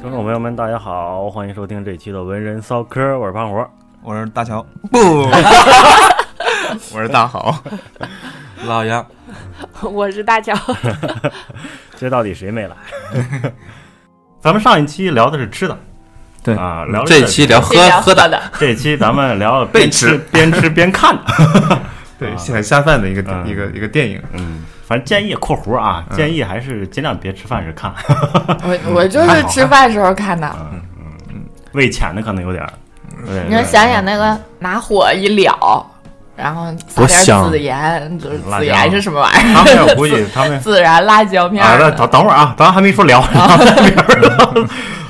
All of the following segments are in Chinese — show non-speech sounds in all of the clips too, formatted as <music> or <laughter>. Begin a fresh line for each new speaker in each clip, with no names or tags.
听众朋友们，大家好，欢迎收听这期的文人骚嗑儿，我是胖虎。
我是大乔，不，我是大好，老杨，
<laughs> 我是大乔，
这到底谁没来？ <laughs> 咱们上一期聊的是吃的，
对
啊，聊了
这期聊喝喝的，
的，
这期咱们
<laughs>
聊
被
边吃边吃边
<laughs>
看的。
对
啊，
很下饭的一个
嗯
一个一个电影，
嗯，反正建议（括弧啊），
嗯
建议还是尽量别吃饭时看，
<laughs>
<laughs>
我我就是吃饭时候看的。
喂钱的可能有点儿。对
你说想想那个拿火一燎，然后撒
多
点
香
孜然，就是
辣
孜
椒
然是什么玩意
他们我估计他
儿？ <laughs>
们
孜然辣椒面
啊，
儿
那
的， <laughs>
等等会儿啊，咱还没说聊，聊到这儿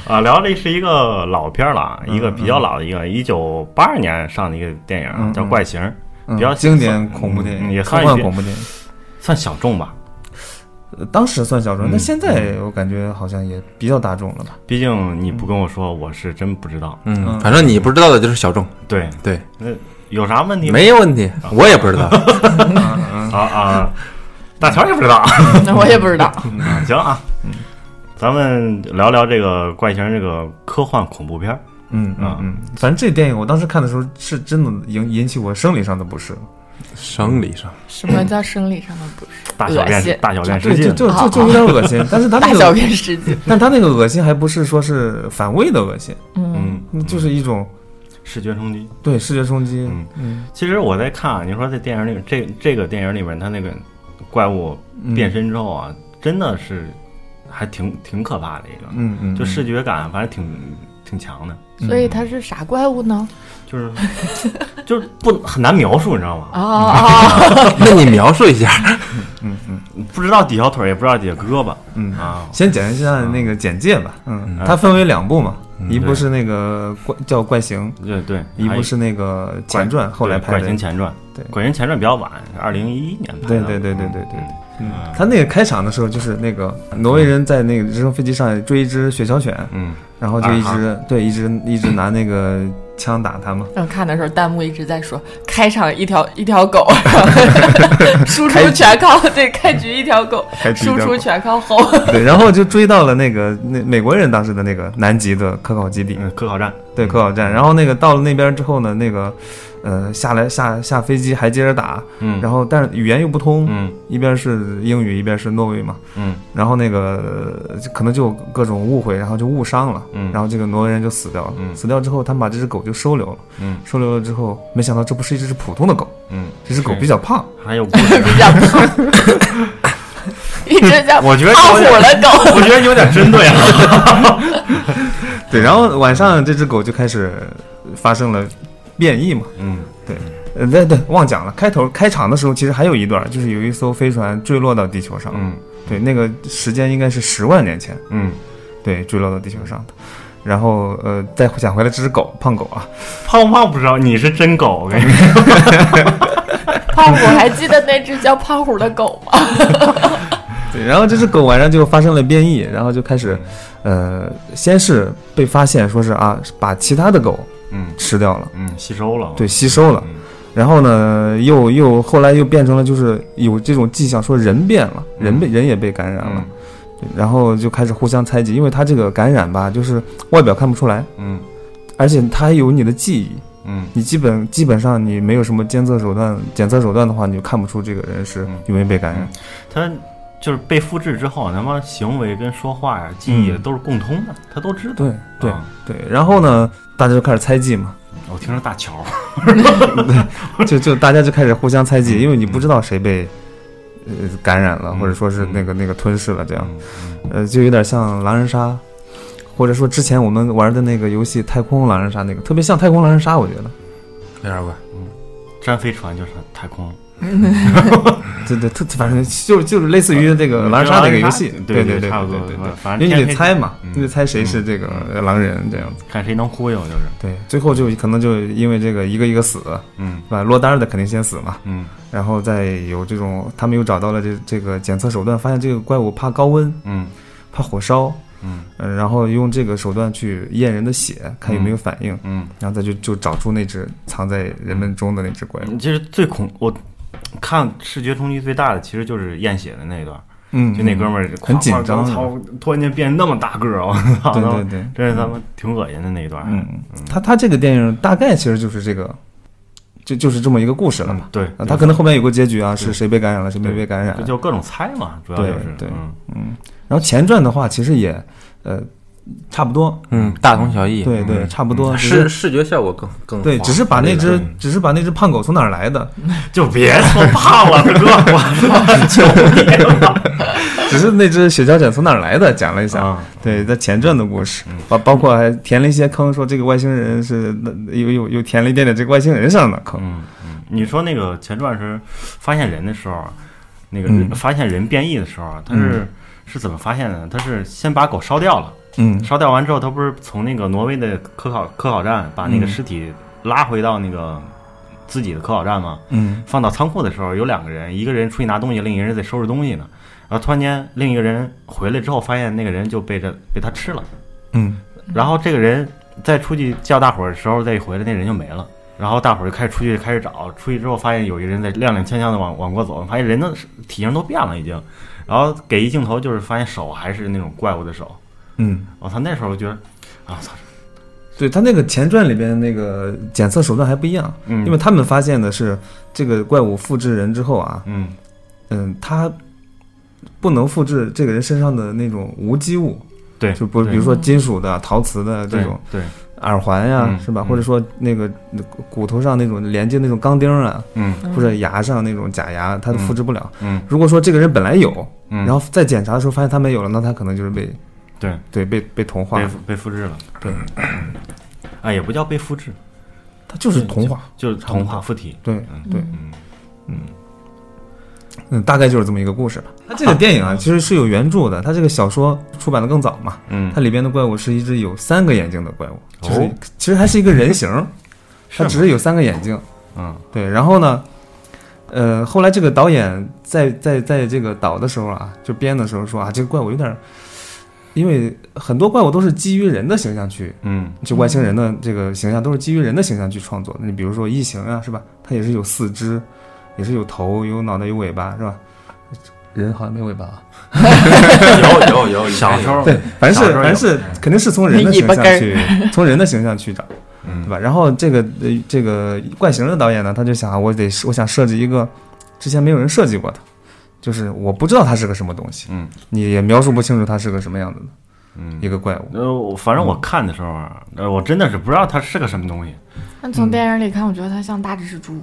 啊，聊的是一个老片儿了啊，一个比较老的一个，一九八二年上的一个电影啊
嗯
叫《怪形》，
嗯
比较
经典恐怖电
嗯
影，
也
科
算
幻
是
恐怖电影，
算小众吧，
呃当时算小众，
嗯
但现在我感觉好像也比较大众了吧？
毕竟你不跟我说，我是真不知道。
嗯
嗯，
反正你不知道的就是小众，
对，
对，
那有啥问题吗？
没有问题，我也不知道。
啊啊，大乔也不知道。啊
那我也不知道。
嗯
<laughs> 行啊，咱们聊聊这个怪形这个科幻恐怖片儿。
嗯
啊
嗯嗯，反正这电影我当时看的时候是真的引引起我生理上的不适，
生理上，
什么叫生理上的不适？
大小
恶心
便大小便
对，
失禁
就
了，
就就就有点恶心，但是他
大
<laughs>
那
小
个，
便失禁。
但他那个恶心还不是说是反胃的恶心，
嗯，
嗯，
就是一种
视觉冲击。
对视觉冲击
嗯，
嗯
其实我在看啊，你说这电影里这这个电影里面，它那个怪物
嗯，
变身之后啊，真的是还挺挺可怕的一个，
嗯，嗯嗯，
就视觉感反正挺挺强的，
所以它是啥怪物呢？
就是
<laughs>
就是不很难描述，你知道
啊
吗？
哦，
那你描述一下，
嗯嗯。
不知道几条腿，也不知道几个胳膊
嗯
啊。
先讲一下那个简介吧，嗯
嗯，
它分为两部嘛，一部
对
是那个怪叫《怪形
对对，》，
嗯一
还
部
有
是那个前
怪
传，后来
对
拍
怪形
的。
前传》，
对
《怪形前传》比较晚，二零一一年拍
对
的。
对对对对对
嗯，
嗯，他那个开场的时候就是那个挪威人在那个直升飞机上追一只雪橇犬，
嗯，
然后就一
啊
直对一直
<coughs>
一直拿那个枪打他嘛，
<laughs> 然后看的时候弹幕一直在说开场一条一条狗， <laughs> 输出全靠对开局一条狗，
开局一
输
条狗
出全靠吼。
对，然后就追到了那个那美国人当时的那个南极的科考基地，
嗯科考站，
对科考站，然后那个到了那边之后呢，那个呃下来下下飞机还接着打，
嗯，
然后但是语言又不通，
嗯
一边是英语，一边是挪威嘛，
嗯
然后那个呃就可能就有各种误会，然后就误伤了，
嗯
然后这个挪威人就死掉了，
嗯
死掉之后，他们把这只狗就收留了，
嗯
<laughs> 收留了之后，没想到这不是一只普通的狗，
嗯，
这只狗
是
比较胖，
还有故事
<laughs> 比较胖， <laughs> 一直叫
我觉得
胖
有
虎
点，
的狗。
我觉得有点针对
<laughs>
啊。
对，然后晚上这只狗就开始发生了变异嘛，
嗯
呃，对对，忘讲了，开头开场的时候其实还有一段，就是有一艘飞船坠落到地球上，
嗯
对，那个时间应该是十万年前。
嗯，
对，坠落到地球上的。然后呃，再讲回来，这只狗，胖狗啊，
胖不胖不知道，你是真狗，我跟你说，
<laughs> 胖虎还记得那只叫胖虎的狗吗？
对，然后这只狗晚上就发生了变异，然后就开始，
嗯
呃，先是被发现说是啊，把其他的狗
嗯
吃掉了，
嗯，吸收了，
对，吸收了，
嗯
然后呢，又又后来又变成了就是有这种迹象说人变了，人被人也被感染了
嗯，
对然后就开始互相猜忌，因为它这个感染吧，就是外表看不出来，
嗯
而且它还有你的记忆，
嗯
你基本基本上你没有什么监测手段、检测手段的话，你就看不出这个人是
嗯
有没有被感染。
他就是被复制之后，他妈行为跟说话呀、记忆都是共通的，他都知道。
对对、
啊
对，然后呢，大家就开始猜忌嘛，
我听着大乔，
<laughs> 就就大家就开始互相猜忌，因为你不知道谁被呃感染了，
嗯
或者说是那个那个吞噬了，这样，
嗯
呃，就有点像狼人杀，或者说之前我们玩的那个游戏《太空狼人杀》那个，特别像《太空狼人杀》，我觉得，
没玩过，
粘飞船就是太空，
对对，特反正就就是类似于这个狼人杀那个游戏，
对
对
嗯差不多
对对，对
反正
因为你得
天黑
猜嘛
嗯，
你得猜谁是这个呃狼人这样子。
看谁能忽悠，就是
对，最后就可能就因为这个一个一个死，
嗯
是吧？落单儿的肯定先死嘛，
嗯
然后再有这种他们又找到了这这个检测手段，发现这个怪物怕高温，
嗯
怕火烧，
嗯
呃，然后用这个手段去验人的血，看有没有反应，
嗯
然后再就就找出那只藏在人们中的那只怪物。
嗯，其实最恐我看视觉冲击最大的其实就是验血的那一段，
嗯，
就那哥们儿
很紧张
我操！突然间变那么大个儿，我操！
对对对
这是他妈挺恶心的那一段。
嗯，他他这个电影大概其实就是这个，就就是这么一个故事了
嗯
嘛。
对，
啊，他可能后面有个结局啊，是谁被感染了，谁没被感染
这。就各种猜嘛，主要
对
就是
对
嗯
然后前传的话，其实也呃差不多，
嗯，大同小异。
对对，
嗯
差不多。只
视视觉效果更更
对，
华
只是把那只
对对
只是把那只胖狗从哪儿来的，
就别说胖了， <laughs> 哥，我
<laughs> 只是那只雪橇犬从哪儿来的讲了一下。
啊嗯
对，在前传的故事，包包括还填了一些坑，说这个外星人是那 <laughs> 又又又填了一点点这个外星人上的坑。
嗯嗯，你说那个前传是发现人的时候，啊那个
嗯
人发现人变异的时候，啊他是是怎么发现的？他是先把狗烧掉了，
嗯
烧掉完之后，他不是从那个挪威的科考科考站把那个
嗯
尸体拉回到那个自己的科考站吗？
嗯
放到仓库的时候，有两个人，一个人出去拿东西，另一个人在收拾东西呢。然后突然间，另一个人回来之后，发现那个人就被这被他吃了。
嗯
然后这个人再出去叫大伙儿的时候再一回来，那人就没了。然后大伙儿就开始出去开始找，出去之后发现有一个人在踉踉跄跄的往往过走，发现人的体型都变了已经。然后给一镜头就是发现手还是那种怪物的手。
嗯，
我、操，那时候我觉得啊，操，
对他那个前传里边那个检测手段还不一样，
嗯，
因为他们发现的是这个怪物复制人之后啊，
嗯
嗯，它不能复制这个人身上的那种无机物，
对，
就不
对
比如说金属的、陶瓷的这
对
种
对，
耳环呀、
嗯
是吧？
嗯
或者说那个骨头上那种连接那种钢钉啊，
嗯
或者牙上那种假牙，它
嗯
复制不了。
嗯
如果说这个人本来有，
嗯，
然后在检查的时候发现他没有了，那他可能就是被
对
对被被同化
被，被复制了，
对，嗯
啊，也不叫被复制，
他就是同化，
就是
差不多
同化附体。
对。
嗯
对
嗯
嗯，大概就是这么一个故事吧。它这个电影啊，其实是有原著的，它这个小说出版的更早嘛。
嗯，
它里边的怪物是一只有三个眼睛的怪物，就是、
哦
其实还是一个人形
<laughs>
儿，它只
吗
是有三个眼睛。
嗯
对，然后呢，呃，后来这个导演在在在这个导的时候啊，就编的时候说啊，这个怪物有点儿，因为很多怪物都是基于人的形象去，
嗯
就外星人的这个形象都是基于人的形象去创作的。你比如说异形啊，是吧？它也是有四肢，也是有头、有脑袋、有尾巴，是吧？人好像没尾巴啊。
<laughs> 有有有，以前
小时候
有
对，反正
嗯小
是
时候
反正
有
是肯定是从人的
尾
形
巴
象
根儿
去，从人的形象去找。
嗯
对吧？然后这个呃这个怪形的导演呢，他就想啊，我得我想设计一个之前没有人设计过的，就是我不知道它是个什么东西，
嗯
你也描述不清楚它是个什么样子的
嗯
一个怪物。
呃，我反正我
嗯
看的时候啊，呃，我真的是不知道它是个什么东西，
但从电影里看，我觉得它像大蜘
嗯
蛛，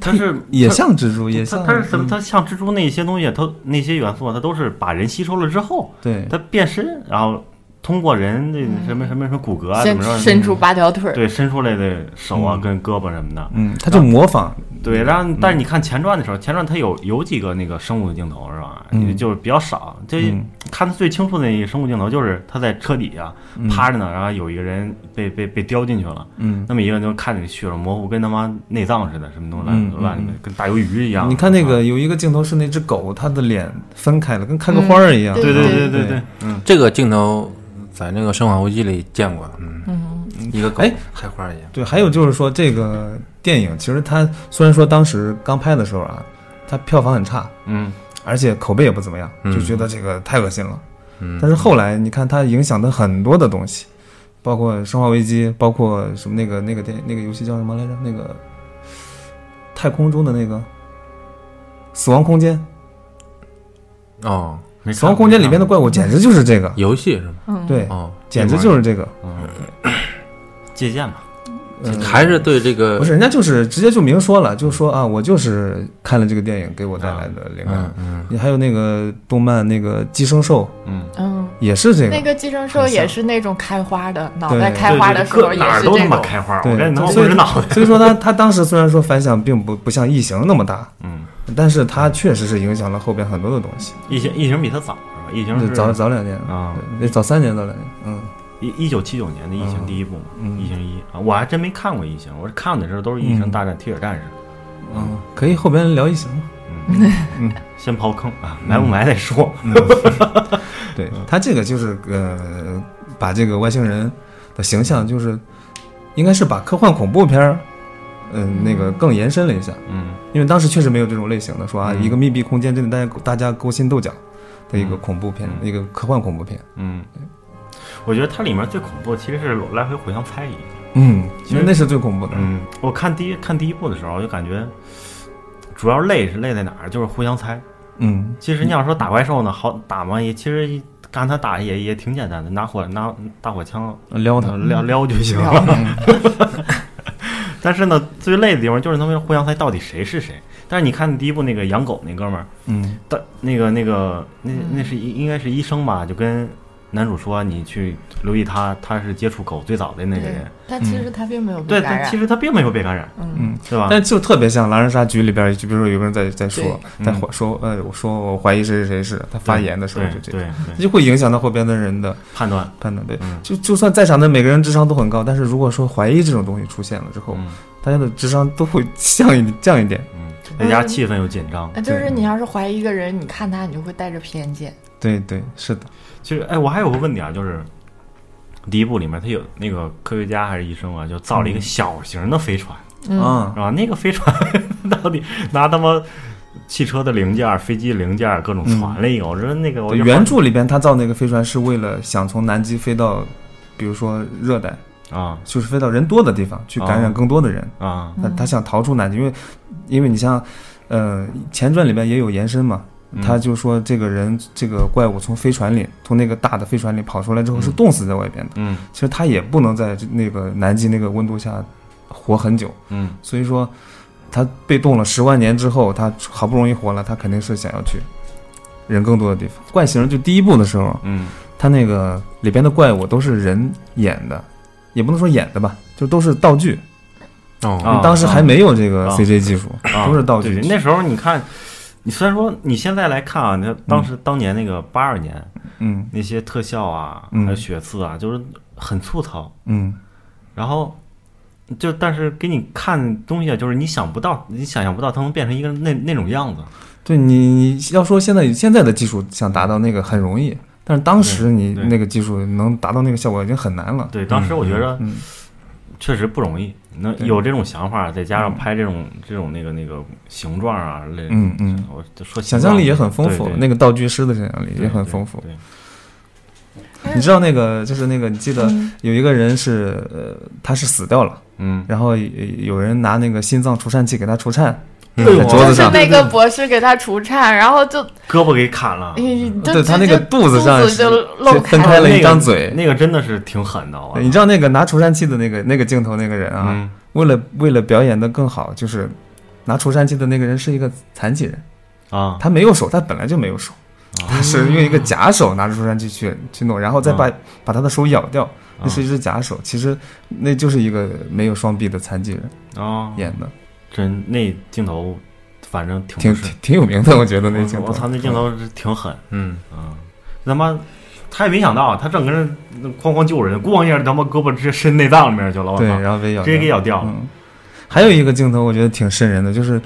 它
它是
也像蜘蛛，
它
也像嗯
它是什么？它像蜘蛛那些东西，它那些元素啊，它都是把人吸收了之后，
对嗯
它变身，然后通过人的什么什么什么骨骼啊，怎
先
么着
伸出八条腿儿，
对伸出来的手啊
嗯
跟胳膊什么的，
嗯，它就模仿
对。然后
嗯
但是你看前传的时候，前传它有有几个那个生物的镜头是吧？
嗯
就是比较少，就
嗯
看的最清楚的那个生物镜头就是他在车底下趴着呢，然后有一个人被被被叼进去了。
嗯。
那么一个人就看着血肉模糊，跟他妈内脏似的，什么东西
嗯
乱乱
嗯
的，跟大鱿鱼一样。
你看那
啊，
个有一个镜头是那只狗，它的脸分开了，跟开个花儿一样。
嗯
对
对
对
对
对对，嗯，
这个镜头在那个《生化危机》里见过，嗯，
嗯，
一个狗
哎
开花一样，
对，还有就是说，这个电影其实它虽然说当时刚拍的时候啊，它票房很差，
嗯，
而且口碑也不怎么样，
嗯
就觉得这个太恶心了。
嗯
但是后来你看，它影响的很多的东西，包括《生化危机》，包括什么那个那个电那个游戏叫什么来着？那个太空中的那个《死亡空间》，
哦，
没
《死亡空间》里面的怪物简直就是这个，
游戏是吗？
嗯
对，
哦，
简直就是这个，
嗯借鉴吧，
嗯
还是对这个
不是人家就是直接就明说了，就说啊，我就是看了这个电影给我带来的灵感
嗯。嗯
你还有那个动漫那个《寄生兽
嗯，
嗯。》
也是这个
那，个寄生兽
很像
也是那种开花的，脑
对
袋开花的时候
对对对
也
哪
是
儿
这
都他
种
妈。开花，
对
我这他妈
所以
不知道的，
所以说他他当时虽然说反响并不不像异形那么大，
嗯，
但是它确实是影响了后边很多的东西。
异形异形比他早是吧？异形
就是早早两年，
啊，
对得早三年到两年，嗯
一一九七九年的异形第一部嘛，
嗯
异形一啊，我还真没看过异形，我看的时候都是异形大战铁血战士，
嗯，可以后边聊异形嘛。
嗯，先刨坑啊，埋不埋再说，
对他这个就是呃，把这个外星人的形象就是，应该是把科幻恐怖片儿，嗯，那个更延伸了一下，
嗯
因为当时确实没有这种类型的，说啊，
嗯
一个密闭空间真的大家大家勾心斗角，的一个恐怖片，
嗯
一个科幻恐怖片。
嗯，我觉得它里面最恐怖的其实是我来回互相猜疑。
嗯，
其
那
实
那是最恐怖的。
嗯，我看第一看第一部的时候，我就感觉主要累是累在哪儿，就是互相猜。
嗯
其实你要说打怪兽呢，好打吗？也其实干他打也也挺简单的，拿火拿大火枪
撩他，
撩撩就行了。
嗯
<laughs> 但是呢，最累的地方就是他们互相猜到底谁是谁。但是你看第一部那个养狗那哥们儿，
嗯
但那个那个那
嗯
那是应应该是医生吧，就跟男主说你去留意他，他是接触狗最早的那个人。嗯
但其实他并没有被
对，
感
但
染
其。实他并没有被感染，
嗯，
嗯。
对吧？
但就特别像《狼人杀局》里边儿，就比如说有个人在在说，
对
在
嗯
怀说，呃，我说我怀疑谁谁谁是他发言的时候
对
就这
对
样，
对
就会影响到后边的人的
判断，
判断。对，
嗯
就就算在场的每个人智商都很高，但是如果说怀疑这种东西出现了之后，
嗯
大家的智商都会降一降一点。
嗯，再加上气氛又紧张，
那就是你要是怀疑一个人，你看他，你就会带着偏见。
对对，是的，
其实，哎，我还有个问题啊，就是第一部里面他有那个科学家还是医生啊，就造
嗯
了一个小型的飞船，
嗯，
啊
是，吧？那个飞船 <laughs> 到底拿他妈汽车的零件、飞机零件各种传了一个，我说那个我
嗯对
就
原著里边他造那个飞船是为了想从南极飞到，比如说热带，
啊
就是飞到人多的地方去感染更多的人。
啊，
嗯
他他想逃出南极，因为因为你像，呃，前传里边也有延伸嘛，
嗯
他就说这个人这个怪物从飞船里从那个大的飞船里跑出来之后
嗯
是冻死在外边的，
嗯
其实他也不能在这那个南极那个温度下活很久，
嗯
所以说他被冻了十万年之后，他好不容易活了，他肯定是想要去人更多的地方。怪形就第一部的时候， <laughs>
嗯
他那个里边的怪物都是人演的，也不能说演的吧，就都是道具。
啊
哦，
当时还没有这个
啊
CJ 技术，
啊，
都是道具
对。那时候你看，你虽然说你现在来看啊，那当时当年那个八二年
嗯
那些特效啊，
嗯
还有血刺啊，就是很粗糙。
嗯
然后就但是给你看东西，啊，就是你想不到，你想象不到它能变成一个那那种样子。
对你你要说现在现在的技术想达到那个很容易，但是当时你
对
那个技术能达到那个效果已经很难了。
对，当时我觉着
嗯
确实不容易，能
对
有这种想法，再加上拍这种这种那个那个形状啊类，
嗯嗯，
我就说
想
形状
象力也很丰富，
对对
那个道具师的想象力也很丰富。
对对
你知道那个就是那个，你记得
嗯
有一个人是呃，他是死掉了，
嗯，
然后呃有人拿那个心脏除颤器给他除颤，
嗯
在桌子
就是
上，
那个博士给他除颤，然后就，
胳膊给砍了
哎。就
啊嗯对他那个
就
肚子上
肚
是
子就露
分
开
开了
那
一
个
张嘴。
那个真的是挺狠的，我
你知道那个拿除颤器的那个那个镜头那个人啊，
嗯
为了为了表演的更好，就是拿除颤器的那个人是一个残疾人，
啊
他没有手，他本来就没有手，
哦
他是用一个假手拿着除颤器去去弄，然后再把、
哦
把他的手咬掉，那是一只假手，其实那就是一个没有双臂的残疾人
啊，
演的，
真那镜头反正挺
挺
不是
挺挺有名的，我觉得那镜头。嗯
我操，那镜头是挺狠。
嗯，
嗯，他妈，他也没想到，他正跟那哐哐救人，咣一下他妈胳膊直接伸内脏里面去了，我
对，
操，
然后被咬
直接给
掉
咬掉了。
嗯，还有一个镜头我觉得挺瘆人的，就是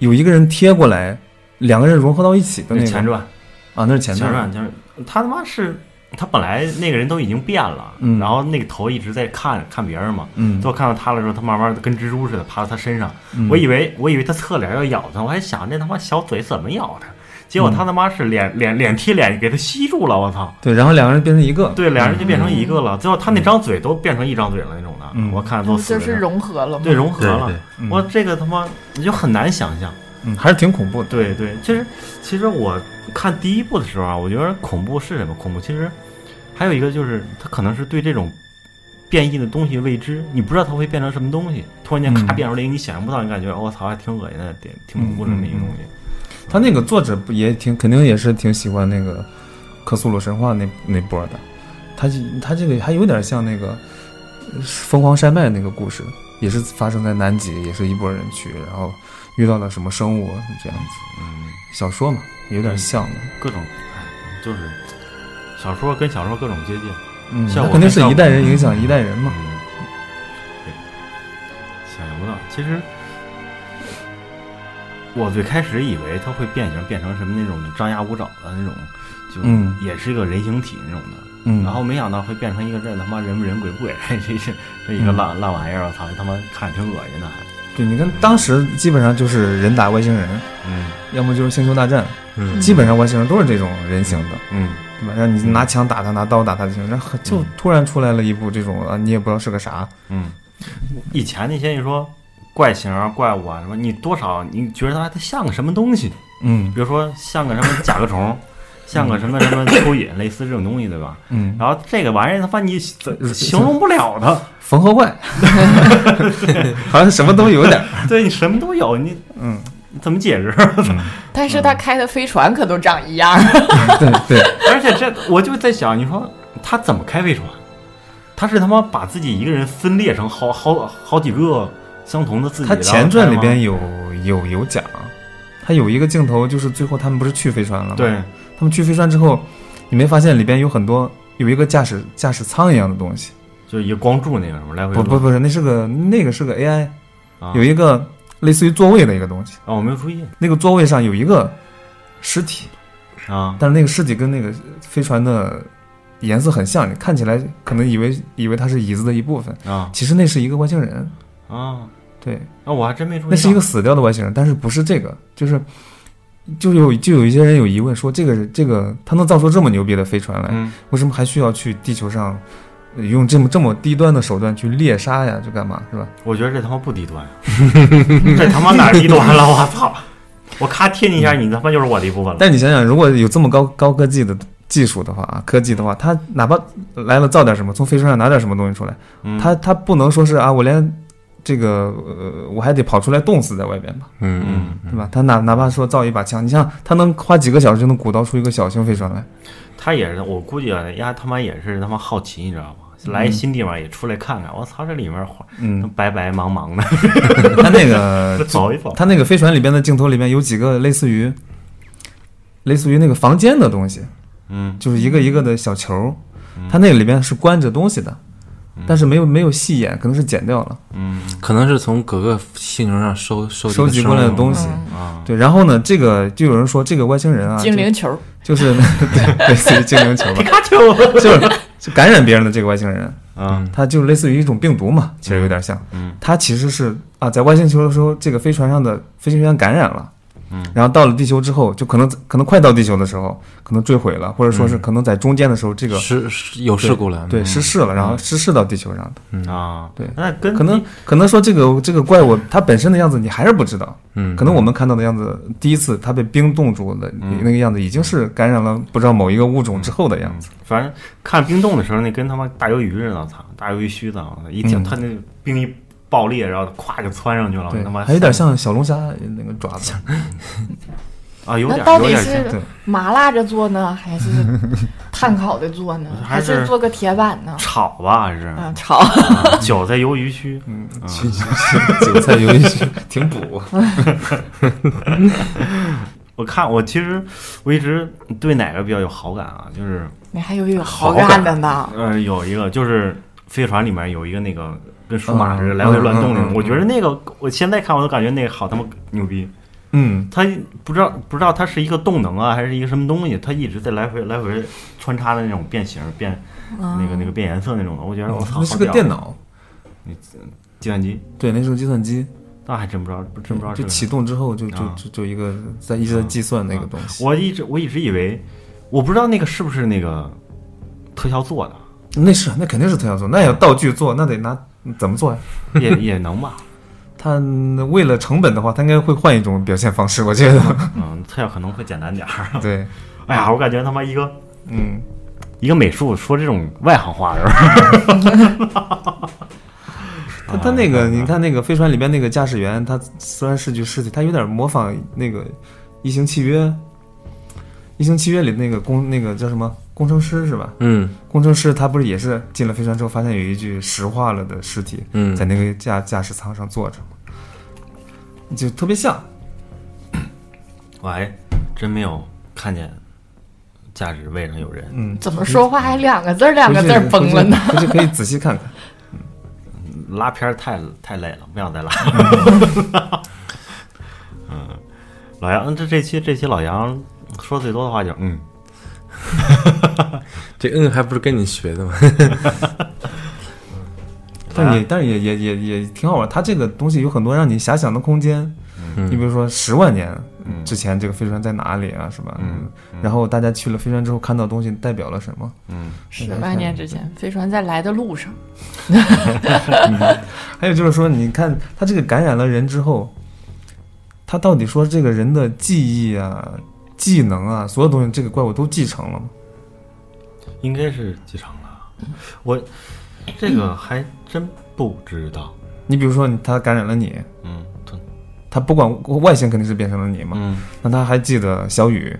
有一个人贴过来，两个人融合到一起的
那
那
前
个
传，
啊，那是前
前
传，
传，前传，他他妈是他本来那个人都已经变了，
嗯
然后那个头一直在看看别人嘛。
嗯
最，后看到他的时候，他慢慢地跟蜘蛛似的爬到他身上。
嗯
我以为我以为他侧脸要咬他，我还想这他妈小嘴怎么咬他，结果他
嗯
他妈是脸脸脸贴脸给他吸住了，我操！
对，然后两个人变成一个，
对，俩人就变成一个了。最后他那张嘴都变成一张嘴了那种的，
嗯
我看都
就
死人
是
了
融合了嘛。
对融合
对
了
对。，
嗯
我这个他妈你就很难想象。
嗯还是挺恐怖的，
对对，其实其实我看第一部的时候啊，我觉得恐怖是什么？恐怖其实还有一个就是，他可能是对这种变异的东西未知，你不知道它会变成什么东西，突然间咔
嗯
变出来一个你想象不到，你感觉我操还挺恶心的，挺挺恐怖的
嗯
那么一个东西。
他那个作者不也挺肯定也是挺喜欢那个克苏鲁神话那那波的，他这他这个还有点像那个呃疯狂山脉那个故事，也是发生在南极，也是一波人去，然后遇到了什么生物这样子，
嗯，
小说嘛，有点像的，
各种哎，就是小说跟小说各种接近。
嗯，
像
那
我
肯定是
看
一代人
上
影响一代人嘛，
嗯，对，想象不到。其实我最开始以为它会变形，变成什么那种张牙舞爪的那种，就
嗯
也是一个人形体那种的。
嗯，
然后没想到会变成一个这他妈人不人鬼不鬼， <laughs> 这这这一个
嗯
烂烂玩意儿，我操，他妈看着挺恶心的还。
对，你看当时基本上就是人打外星人，
嗯
要么就是星球大战，
嗯
基本上外星人都是这种人形的，
嗯，
对吧？让你拿枪打他，拿刀打他就行。然后就
嗯
突然出来了一部这种啊，你也不知道是个啥，
嗯，以前那些你说怪形啊、怪物啊什么，你多少你觉得它它像个什么东西？
嗯
比如说像个什么甲壳虫，像个什么什么蚯蚓，类似这种东西，对吧？
嗯，
然后这个玩意儿，他妈你怎形容不了它，
缝合 <laughs> 怪，好像什么都有点儿，
对你什么都有，你
嗯，
你怎么解释？ <laughs>
但是他开的飞船可都长一
嗯
样，
<laughs> 对对，
而且这我就在想，你说他怎么开飞船？他是他妈把自己一个人分裂成好好好几个相同的自己。
他前传里边
有
有有有讲，他有一个镜头就是最后他们不是去飞船了吗？
对，
他们去飞船之后，你没发现里边有很多有一个驾驶驾驶舱一样的东西？
就一个光柱那个什么来回
不不
转
不是，那是个那个是个 AI，
啊
有一个类似于座位的一个东西，
啊，我没有注意
那个座位上有一个尸体，
啊，
但是那个尸体跟那个飞船的颜色很像，你看起来可能以为以为它是椅子的一部分，
啊
其实那是一个外星人。
啊
对，
啊！我还真没注意到。
那是一个死掉的外星人，但是不是这个，就是。就有就有一些人有疑问说，这个这个他能造出这么牛逼的飞船来，
嗯
为什么还需要去地球上呃用这么这么低端的手段去猎杀呀？去干嘛是吧？
我觉得这他妈不低端呀，这他妈哪儿低端了？我操！我咔贴你一下，你他妈就是我的一部分了。
但你想想，如果有这么高高科技的技术的话啊，科技的话，他哪怕来了造点什么，从飞船上拿点什么东西出来，
嗯
他他不能说是啊，我连这个呃我还得跑出来冻死在外边吧，
嗯
对吧？他哪哪怕说造一把枪，你像他能花几个小时就能鼓捣出一个小型飞船来，
他也是，我估计啊，丫他妈也是他妈好奇，你知道吗？来新地方也出来看看，我操，这里面花
嗯，
白白茫茫的，
他
<laughs>
那个
走一走。
他那个飞船里边的镜头里边有几个类似于类似于那个房间的东西，
嗯
就是一个一个的小球儿
嗯，
它那个里边是关着东西的，但是没有没有细眼，可能是剪掉了，
嗯
可能是从各个星球上收收
收集
集
过来的
西。
东西。
嗯
啊，
对，然后呢，这个就有人说这个外星人啊，
精灵球，
就就是对类 <laughs> 似于精灵球
<laughs>
吧，
卡丘
<laughs> 就是就感染别人的这个外星人，
啊，
它就类似于一种病毒嘛，其实有点像。
嗯
它其实是啊，在外星球的时候，这个飞船上的飞行员感染了。
嗯
然后到了地球之后，就可能可能快到地球的时候，可能坠毁了，或者说
嗯
是可能在中间的时候，这个
是是有事故了，
对失事了，
嗯
然后失事到地球上的。
啊，
对
那跟
可能可能说这个这个怪物它本身的样子你还是不知道，
嗯，
可能我们看到的样子，第一次它被冰冻住的
嗯
那个样子，已经是感染了不知道某一个物种之后的样子。
反正看冰冻的时候，那跟他妈大鱿鱼似的，操，大鱿鱼须子，我操一听
嗯
他那冰一爆裂，然后咵就窜上去了，
对
他妈，
还有点像小龙虾那个
<laughs>
爪子，
啊，有
那
点
到
有
底
点像
是
对
麻辣着做呢，
<laughs>
还是炭烤着做呢，
还
还
是
是做个铁板
啊
呢？
炒吧，还是
啊，炒，
啊韭菜鱿鱼须，
嗯，
啊
去去去，韭菜鱿鱼须挺补。
我看我其实我一直对哪个比较有好感啊，就是
你还有有好
好感
干的
啊
呢，
呃有一个就是飞船里面有一个那个跟数码似的
嗯
来回乱动那种，
嗯嗯嗯
我觉得那个我现在看我都感觉那个好他妈牛逼，
<laughs> 嗯，
它不知道不知道它是一个动能啊还是一个什么东西，它一直在来回来回穿插的那种变形变
嗯
那
嗯
个那个变颜色那种的，我觉得我操，
那是个
好屌啊
电脑，
计算机，
对，那是个计算机，
那还真不知道真不知道
就
这个
启动之后就就
啊
就就一个在一直在计算那个东西。
我一直我一直以为我不知道那个是不是那个特效做的。
那是那肯定是特效做，那也要道具做，那得拿怎么做呀？
也也能 <laughs> 吧，
他为了成本的话，他应该会换一种表现方式，我觉 <laughs> 得。
嗯，特效可能会简单点儿。
对，
哎呀，我感觉他妈一个
嗯，
一个美术说这种外行话是吧？
他他那个，你看那个飞船里边那个驾驶员，他虽然是具尸体，他有点模仿那个《异形契约》，《异形契约》里那个工那个叫什么工程师是吧？
嗯
工程师他不是也是进了飞船之后，发现有一具石化了的尸体
嗯
在，那个驾驾驶舱上坐着嘛，就特别像。
<laughs> 我还真没有看见驾驶位上有人，
嗯，
怎么说话还两个字儿两个字儿崩了呢？
回去可以仔
<laughs>
细看看。
拉片儿太太累了，不想再拉。 <laughs> 嗯，老杨，嗯这这期这期老杨说最多的话就是嗯，
这嗯还不是跟你学的吗？
但
啊
也但是也
嗯
嗯也也也挺好玩，它这个东西有很多让你遐想的空间。你比如说十万年，
嗯
之前这个飞船在哪里啊，是吧？
嗯，
然后大家去了飞船之后看到东西代表了什么？
嗯，
<laughs> 十万年
嗯
之前，飞船在来的路上，
还有就是说，你看他这个感染了人之后，他到底说这个人的记忆啊、技能啊，所有东西这个怪物都继承了吗？
应该是继承了。我这个还真不知道。
你比如说你，他感染了你，
嗯，对
他不管外形肯定是变成了你嘛，
嗯，
那他还记得小雨，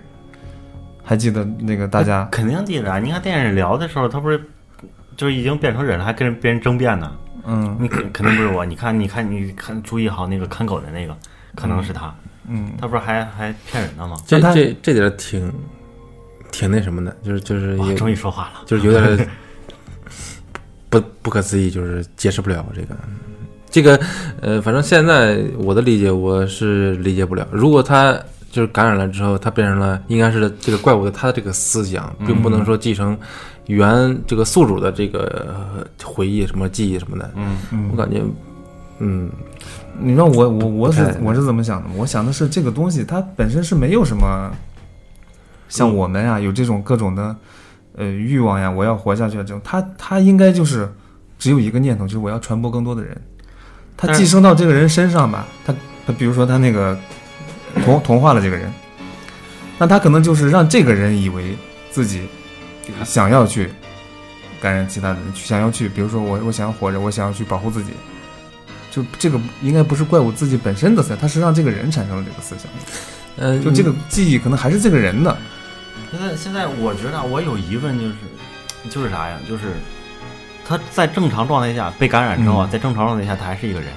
还记得那个大家，
肯定记得啊。你看电影里聊的时候，他不是就是已经变成人了，还跟人别人争辩呢。
哎
嗯
你肯肯定不是我。你看，你看，你看，注意好那个看狗的那个，可能是他。
嗯，
他不是还还骗人呢吗？
这
但他
这这点儿挺挺那什么的，就是就是
哇，
也
终于说话了。
就是有
<laughs>
点儿不不可思议，就是解释不了这个。这个呃，反正现在我的理解我是理解不了。如果他就是感染了之后，他变成了应该是这个怪物的他的这个思想，并
嗯
不能说继承原这个宿主的这个呃回忆什么记忆什么的。
嗯
我感觉，嗯，
你让我我我是
不太
我是怎么想的？我想的是这个东西它本身是没有什么，像
嗯
我们呀、啊有这种各种的呃欲望呀，我要活下去啊这种，它它应该就是只有一个念头，就是我要传播更多的人。它
但是
寄生到这个人身上吧，它它比如说它那个同同化了这个人，那他可能就是让这个人以为自己想要去感染其他的人，想要去，比如说我我想要活着，我想要去保护自己，就这个应该不是怪我自己本身的思想，他是让这个人产生了这个思想，
呃，
就这个记忆可能还是这个人的，
现在现在我觉得啊我有疑问就是，就是啥呀？就是他在正常状态下被感染之后啊，
嗯
在正常状态下他还是一个人，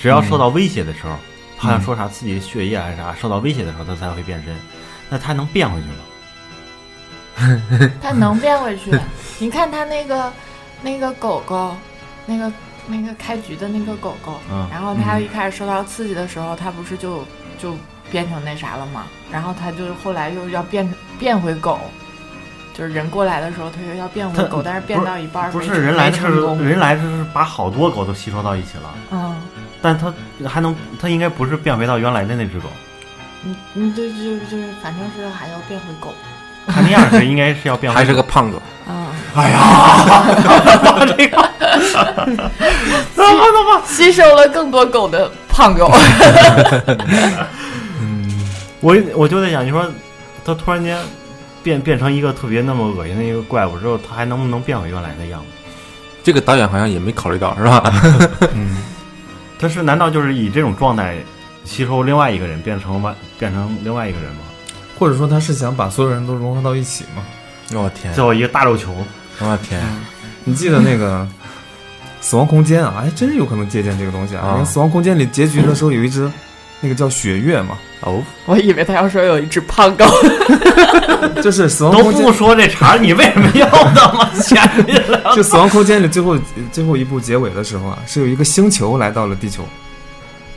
只要受到威胁的时候，好像说啥自己的血液还是啥受到威胁的时候，他才会变身。那他能变回去吗？
它能变回去。啊
<laughs>
你看它那个那个狗狗，那个那个开局的那个狗狗，
嗯
然后它一开始受到刺激的时候，它不是就就变成那啥了吗？然后它就后来又要变变回狗。就是人过来的时候，它又要变回
它
狗，但是变到一半儿
不是
没成
人来的
没
时
成
候，
功。
人来的时候是把好多狗都吸收到一起了，
嗯，
但他还能，他应该不是变回到原来的那只狗，
你你就嗯就就是，反正是还要变回狗。
他那样是应该是要变回。
还是个胖子，
<laughs> 啊
嗯，
这个，
吸收了更多狗的胖狗。 <laughs>
我我就在想，你说他突然间变变成一个特别那么恶心的一个怪物之后，他还能不能变回原来的样子？
这个导演好像也没考虑到，是
嗯
吧？
他是难道就是以这种状态吸收另外一个人，变成外变成另外一个人吗？
或者说他是想把所有人都融合到一起嘛？
我
哎
天，
最后一个大肉球，
我天，
嗯你记得那个《死亡空间》啊，还真是有可能借鉴这个东西啊。
啊
因为《死亡空间》里结局的时候有一只，那个叫雪月嘛，
哦，
我以为他要说有一只胖狗。
就是《死亡
都
空间
不》，说这茬儿，你为什么要那么前进了？ <laughs>
就《死亡空间》里最后最后一部结尾的时候啊，是有一个星球来到了地球，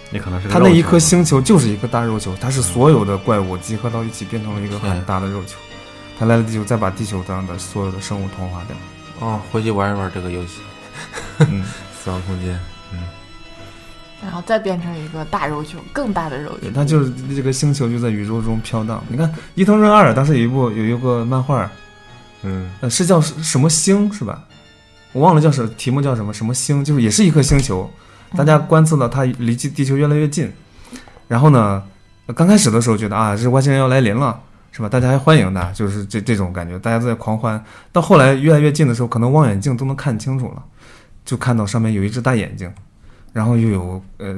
那可能是个
它那
肉
一
球
颗星球就是一个大肉球，它是所有的怪物集合到一起变成了一个很
天
大的肉球。它来了地球，再把地球上的所有的生物同化掉。
哦，回去玩一玩这个游戏
嗯，
《 <laughs> 死亡空间》。
然后再变成一个大肉球，更大的肉球
对，。它就是这个星球就在宇宙中飘荡。你看伊藤润二当时有一部有一个漫画，
嗯，
呃，是叫什什么星是吧？我忘了叫什题目叫什么什么星，就是也是一颗星球，大家观测到它离地地球越来越近。然后呢，呃刚开始的时候觉得啊，这外星人要来临了，是吧？大家还欢迎它，就是这这种感觉，大家都在狂欢。到后来越来越近的时候，可能望远镜都能看清楚了，就看到上面有一只大眼睛，然后又有呃，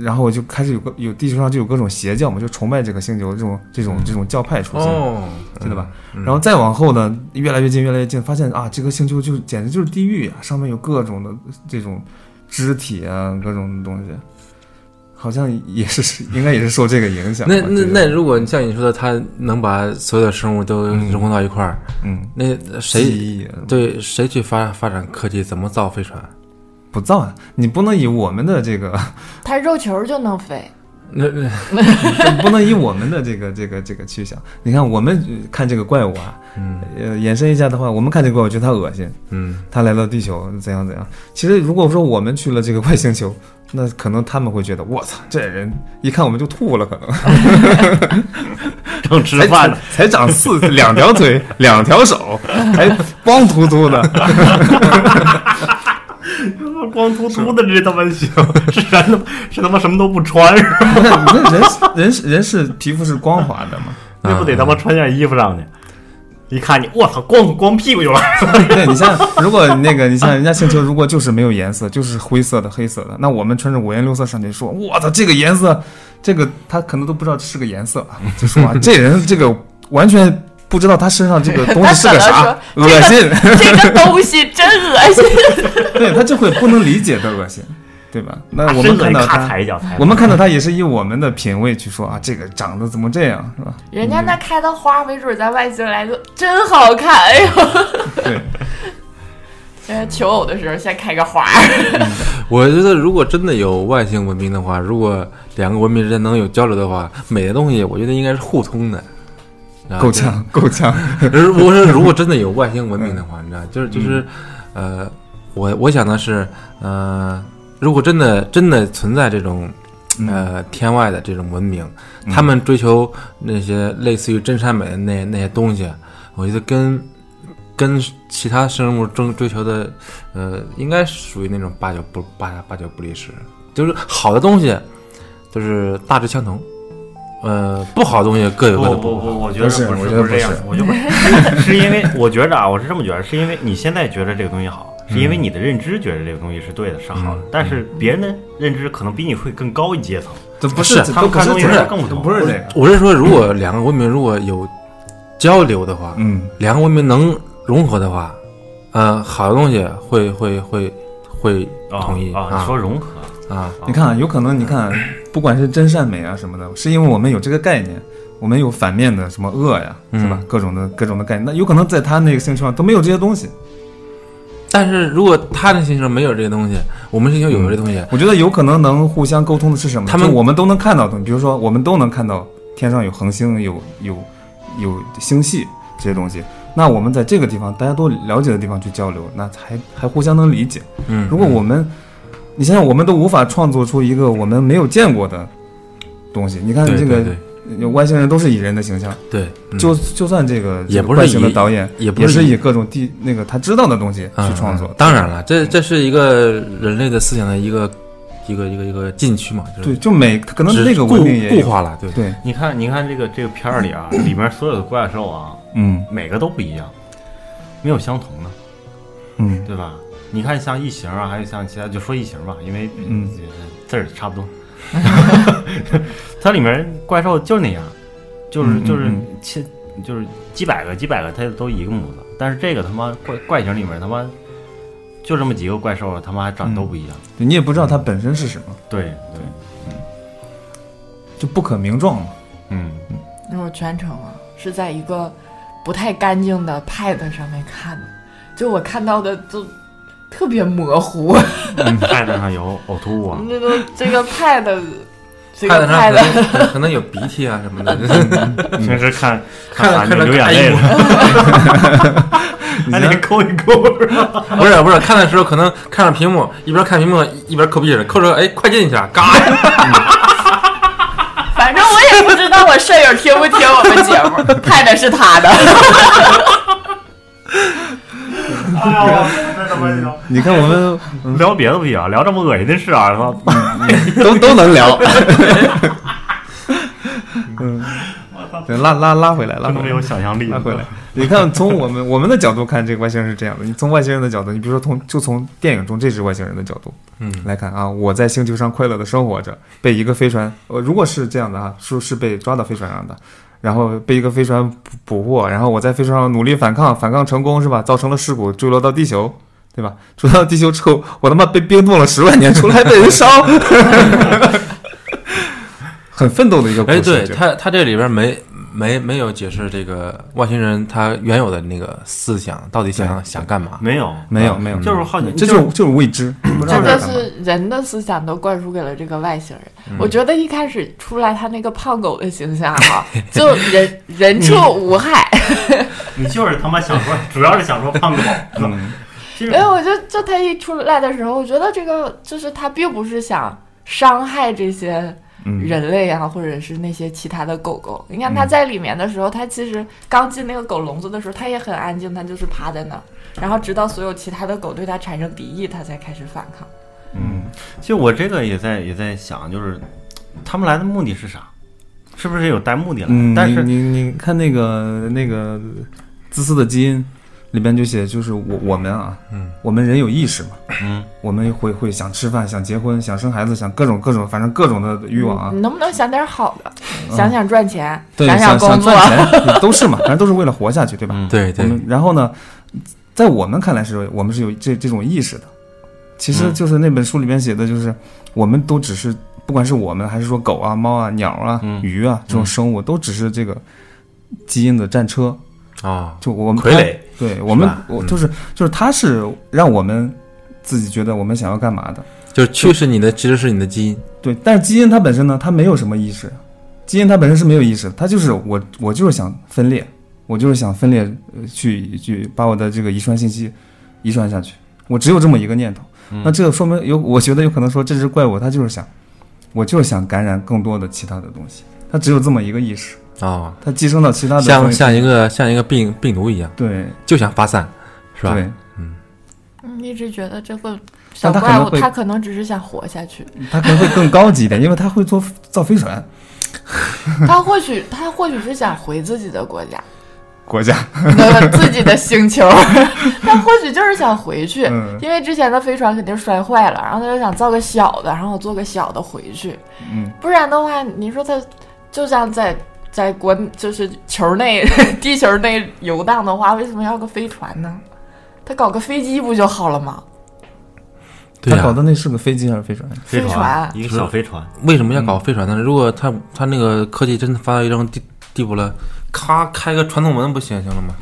然后我就开始有个有地球上就有各种邪教嘛，就崇拜这个星球这种这种这种教派出现。
哦，
记得吧？然后再往后呢，越来越近，越来越近，发现啊，这个星球就简直就是地狱啊！上面有各种的这种肢体啊，各种东西，好像也是 <laughs> 应该也是受这个影响吧。
那那
这个
那，如果你像你说的，他能把所有的生物都融合到一块儿，
嗯，
那谁
记忆啊
对谁去发发展科技？怎么造 <laughs> 飞船？
不造啊？你不能以我们的这个 <laughs>
它肉球就能飞，
那那
不能以我们的这个这个这个去想。你看，我们呃看这个怪物啊，
嗯
呃，延伸一下的话，我们看这个怪物觉得它恶心，
嗯
它来到地球怎样怎样。其实如果说我们去了这个外星球， <laughs> 那可能他们会觉得，我操，这人一看我们就吐了，可能
<laughs> 正吃
才
饭呢，
<laughs> 才长四两条腿 <laughs> 两条手，还光秃秃的。 <laughs> 哎
<laughs> 光秃秃的这他妈行，是他妈是他妈什么都不穿，
不是，那人是人是人是皮肤是光滑的嘛？
那不得他妈穿件衣服上去？一看你，我操，光光屁股就来，
<laughs> 对你像，如果那个你像人家星球，如果就是没有颜色，就是灰色的、黑色的，那我们穿着五颜六色上去说，我操，这个颜色，这个他可能都不知道这是个颜色，就说、啊、这人这个完全不知道他身上这个东西是个啥，
他可
恶
能说
心， <laughs>
这个东西真恶心。
对他就会不能理解的恶心，对吧？那我
伸
们
出
看
来
到
咔
他
踩。一脚，踩一脚
我们看到他也是以我们的品味去说啊，这个长得怎么这样，是吧？
人家那开的花，没准在外星来就真好看。哎呦，
对，
<laughs> 人家求偶的时候先开个花，
我觉得如果真的有外星文明的话，如果两个文明之间能有交流的话，美的东西我觉得应该是互通的。然后
够
啊
呛，够呛。
<laughs> 如我说，如果真的有外星文明的话，你知道，就是就是，呃，我我想的是，呃，如果真的真的存在这种
嗯
嗯
呃天外的这种文明，他们追求那些类似于真善美的那那些东西，我觉得跟跟其他生物争追求的，呃，应该属于那种八九不八八九不离十，就是好的东西，就是大致相同。呃，不好的东西各有
不
各的
不
好。
不，我觉得
不是
不
我
是
觉得
是这样，我就
<laughs>
不是，是因为我觉着啊，我是这么觉得，是因为你现在觉得这个东西好，是因为你的认知觉得这个东西是对的，是好的，但是别人的认知可能比你会更高一阶层，
这不
是
这
他们
都不
看
是
东西
这
是
样
更不同，
不是这个，
啊我是说，如果两个文明如果有交流的话，
嗯，
两个文明能融合的话，呃，好的东西会会会会
哦
啊
统一
啊，你
啊
说融合，
啊，
你看，啊，有可能你看，不管是真善美啊什么的，是因为我们有这个概念，我们有反面的什么恶呀，
嗯
是吧？各种的各种的概念，那有可能在他那个星球上都没有这些东西。
但是如果他的星球没有这些东西，我们星球有这些东西，
我觉得有可能能互相沟通的是什么？
他们
就我们都能看到的东西，比如说我们都能看到天上有恒星，有有有星系这些东西。那我们在这个地方，大家都了解的地方去交流，那还还互相能理解。
嗯，
如果我们，你想想，我们都无法创作出一个我们没有见过的东西。你看
对
这
嗯对
个
对
有外星人都是以人的形象，
对，嗯
就就算这个
也
这个
不是
外星的
以
导演，
也不
也
是
是
以
以各种地那个他知道的东西去创作
嗯。当然了，这这是一个人类的思想的一个一个一个一个禁区嘛，就是
对，就每可能
只
那个
固
文明也
固
有
化了，对，
对，
你看，你看这个这个片儿里啊，里面所有的怪兽啊，
嗯
每个都不一样，没有相同的，
嗯
对吧？你看像异形啊，还有像其他，就说异形吧，因为
嗯
这字儿差不多。它里面怪兽就是那样，就是
嗯嗯
就是
嗯
千就是几百个几百个，它都一个模子。但是这个他妈怪怪形里面他妈就这么几个怪兽，他妈还长得都不一样。
对你也不知道它本身是什么，
对对，
就不可名状嘛。
<laughs>
嗯，
那我全程啊是在一个不太干净的 Pad 上面看的，就我看到的都特别模糊，
袋子上有呕吐物啊，
那都这个 Pad，这
看得上
个
可
Pad
能可能可能有鼻涕啊什
<laughs>
么的，
平时看
看着
韩剧
看着
流眼
哎
泪
呦
了，
你
还
像
得抠一抠。
不是不是，看的时候可能看着屏幕，一边看屏幕一边抠鼻屎，抠着哎，快进去啊，嘎呀！
反正我也不知道我舍友听不听我们节目，Pad 是他的。
哎呀，真他妈行。
你看我们
聊别的不行，聊这么恶心的事啊，他妈
都都能
<laughs>
聊。 <laughs> 嗯，对拉拉拉回来，拉
他妈
回
没
来
有。想象力
拉。回来。你看，从我们 <laughs> 我们的角度看，这个外星人是这样的。你从外星人的角度，你比如说从就从电影中这只外星人的角度
嗯
来看啊，我在星球上快乐的生活着，被一个飞船，呃，如果是这样的啊，说是被抓到飞船上的，然后被一个飞船捕捕获，然后我在飞船上努力反抗，反抗成功是吧？造成了事故，坠落到地球。对吧？坠落到地球之后，我他妈被冰冻了十万年，出来被人烧，很奋斗的一个故
哎，
事。
对
这
他，他这里边没没没有解释这个外星人他原有的那个思想到底想想干嘛。
没有，啊
没有没有，
就是好奇，
这就是就是未知，不知道在
这就
干嘛。
是人的思想都灌输给了这个外星人。
嗯
我觉得一开始出来他那个胖狗的形象
<laughs>
哈，就人人畜无害，
你就是他妈
<laughs>
想说，主要是想说胖狗。
嗯
其实
哎
因为我就就他一出来的时候，我觉得这个就是他并不是想伤害这些
嗯
人类啊，或者是那些其他的狗狗。你看他在里面的时候，他其实刚进那个狗笼子的时候，他也很安静，他就是趴在那儿，
嗯
然后直到所有其他的狗对他产生敌意，他才开始反抗。
嗯，其实我这个也在也在想，就是他们来的目的是啥？是不是有带目的来？
嗯，
但是
你你你看那个那个自私的基因里边就写，就是我我们啊，
嗯，
我们人有意识嘛，
嗯，
我们会会想吃饭、想结婚、想生孩子、想各种各种，反正各种的欲望啊
你，能不能想点好的？
嗯
嗯想想赚钱，
对，
想
想
工作，
赚
<laughs>
钱都是嘛，反正都是为了活下去，对吧？
嗯
对
我
对，
们然后呢，在我们看来是我们是有这这种意识的，其实
嗯
就是那本书里面写的，就是我们都只是，不管是我们还是说狗啊、猫啊、鸟啊、
嗯
鱼啊这种生物，都只是这个基因的战车。
啊，
就我们
傀儡，
对我们
是吧，
我
嗯
就是就是它是让我们自己觉得我们想要干嘛的，
就是驱使你的其实是你的基因。
对。但是基因它本身呢，它没有什么意识，基因它本身是没有意识的，它就是我我就是想分裂，我就是想分裂，呃去去把我的这个遗传信息遗传下去，我只有这么一个念头。
嗯
那这个说明有，我觉得有可能说这只怪物它就是想，我就是想感染更多的其他的东西，它只有这么一个意识，
啊，
它寄生到其他的
像
东西
像一个像一个病病毒一样，
对
就想发散，是吧？
对，
嗯，一直觉得这个小
但他可
怪
能
物
会
它可能只是想活下去，
它可能会更高级一点，因为它会做造飞船。
它或许它或许是想回自己的国家，
国家，
那
<laughs>
个自己的星球， <laughs> 它或许就是想回去，
嗯
因为之前的飞船肯定摔坏了，然后他就想造个小的，然后做个小的回去，
嗯，
不然的话，你说它就像在。在国就是球内 <laughs> 地球内游荡的话，为什么要个飞船呢？它搞个飞机不就好了吗？
对
他
呀、
搞的那是个飞机还是飞船？
飞
飞船
一个小飞船，
为什么要搞飞船呢？如果他他那个科技真的发到一种地地步了，咔开个传送门不行行了吗？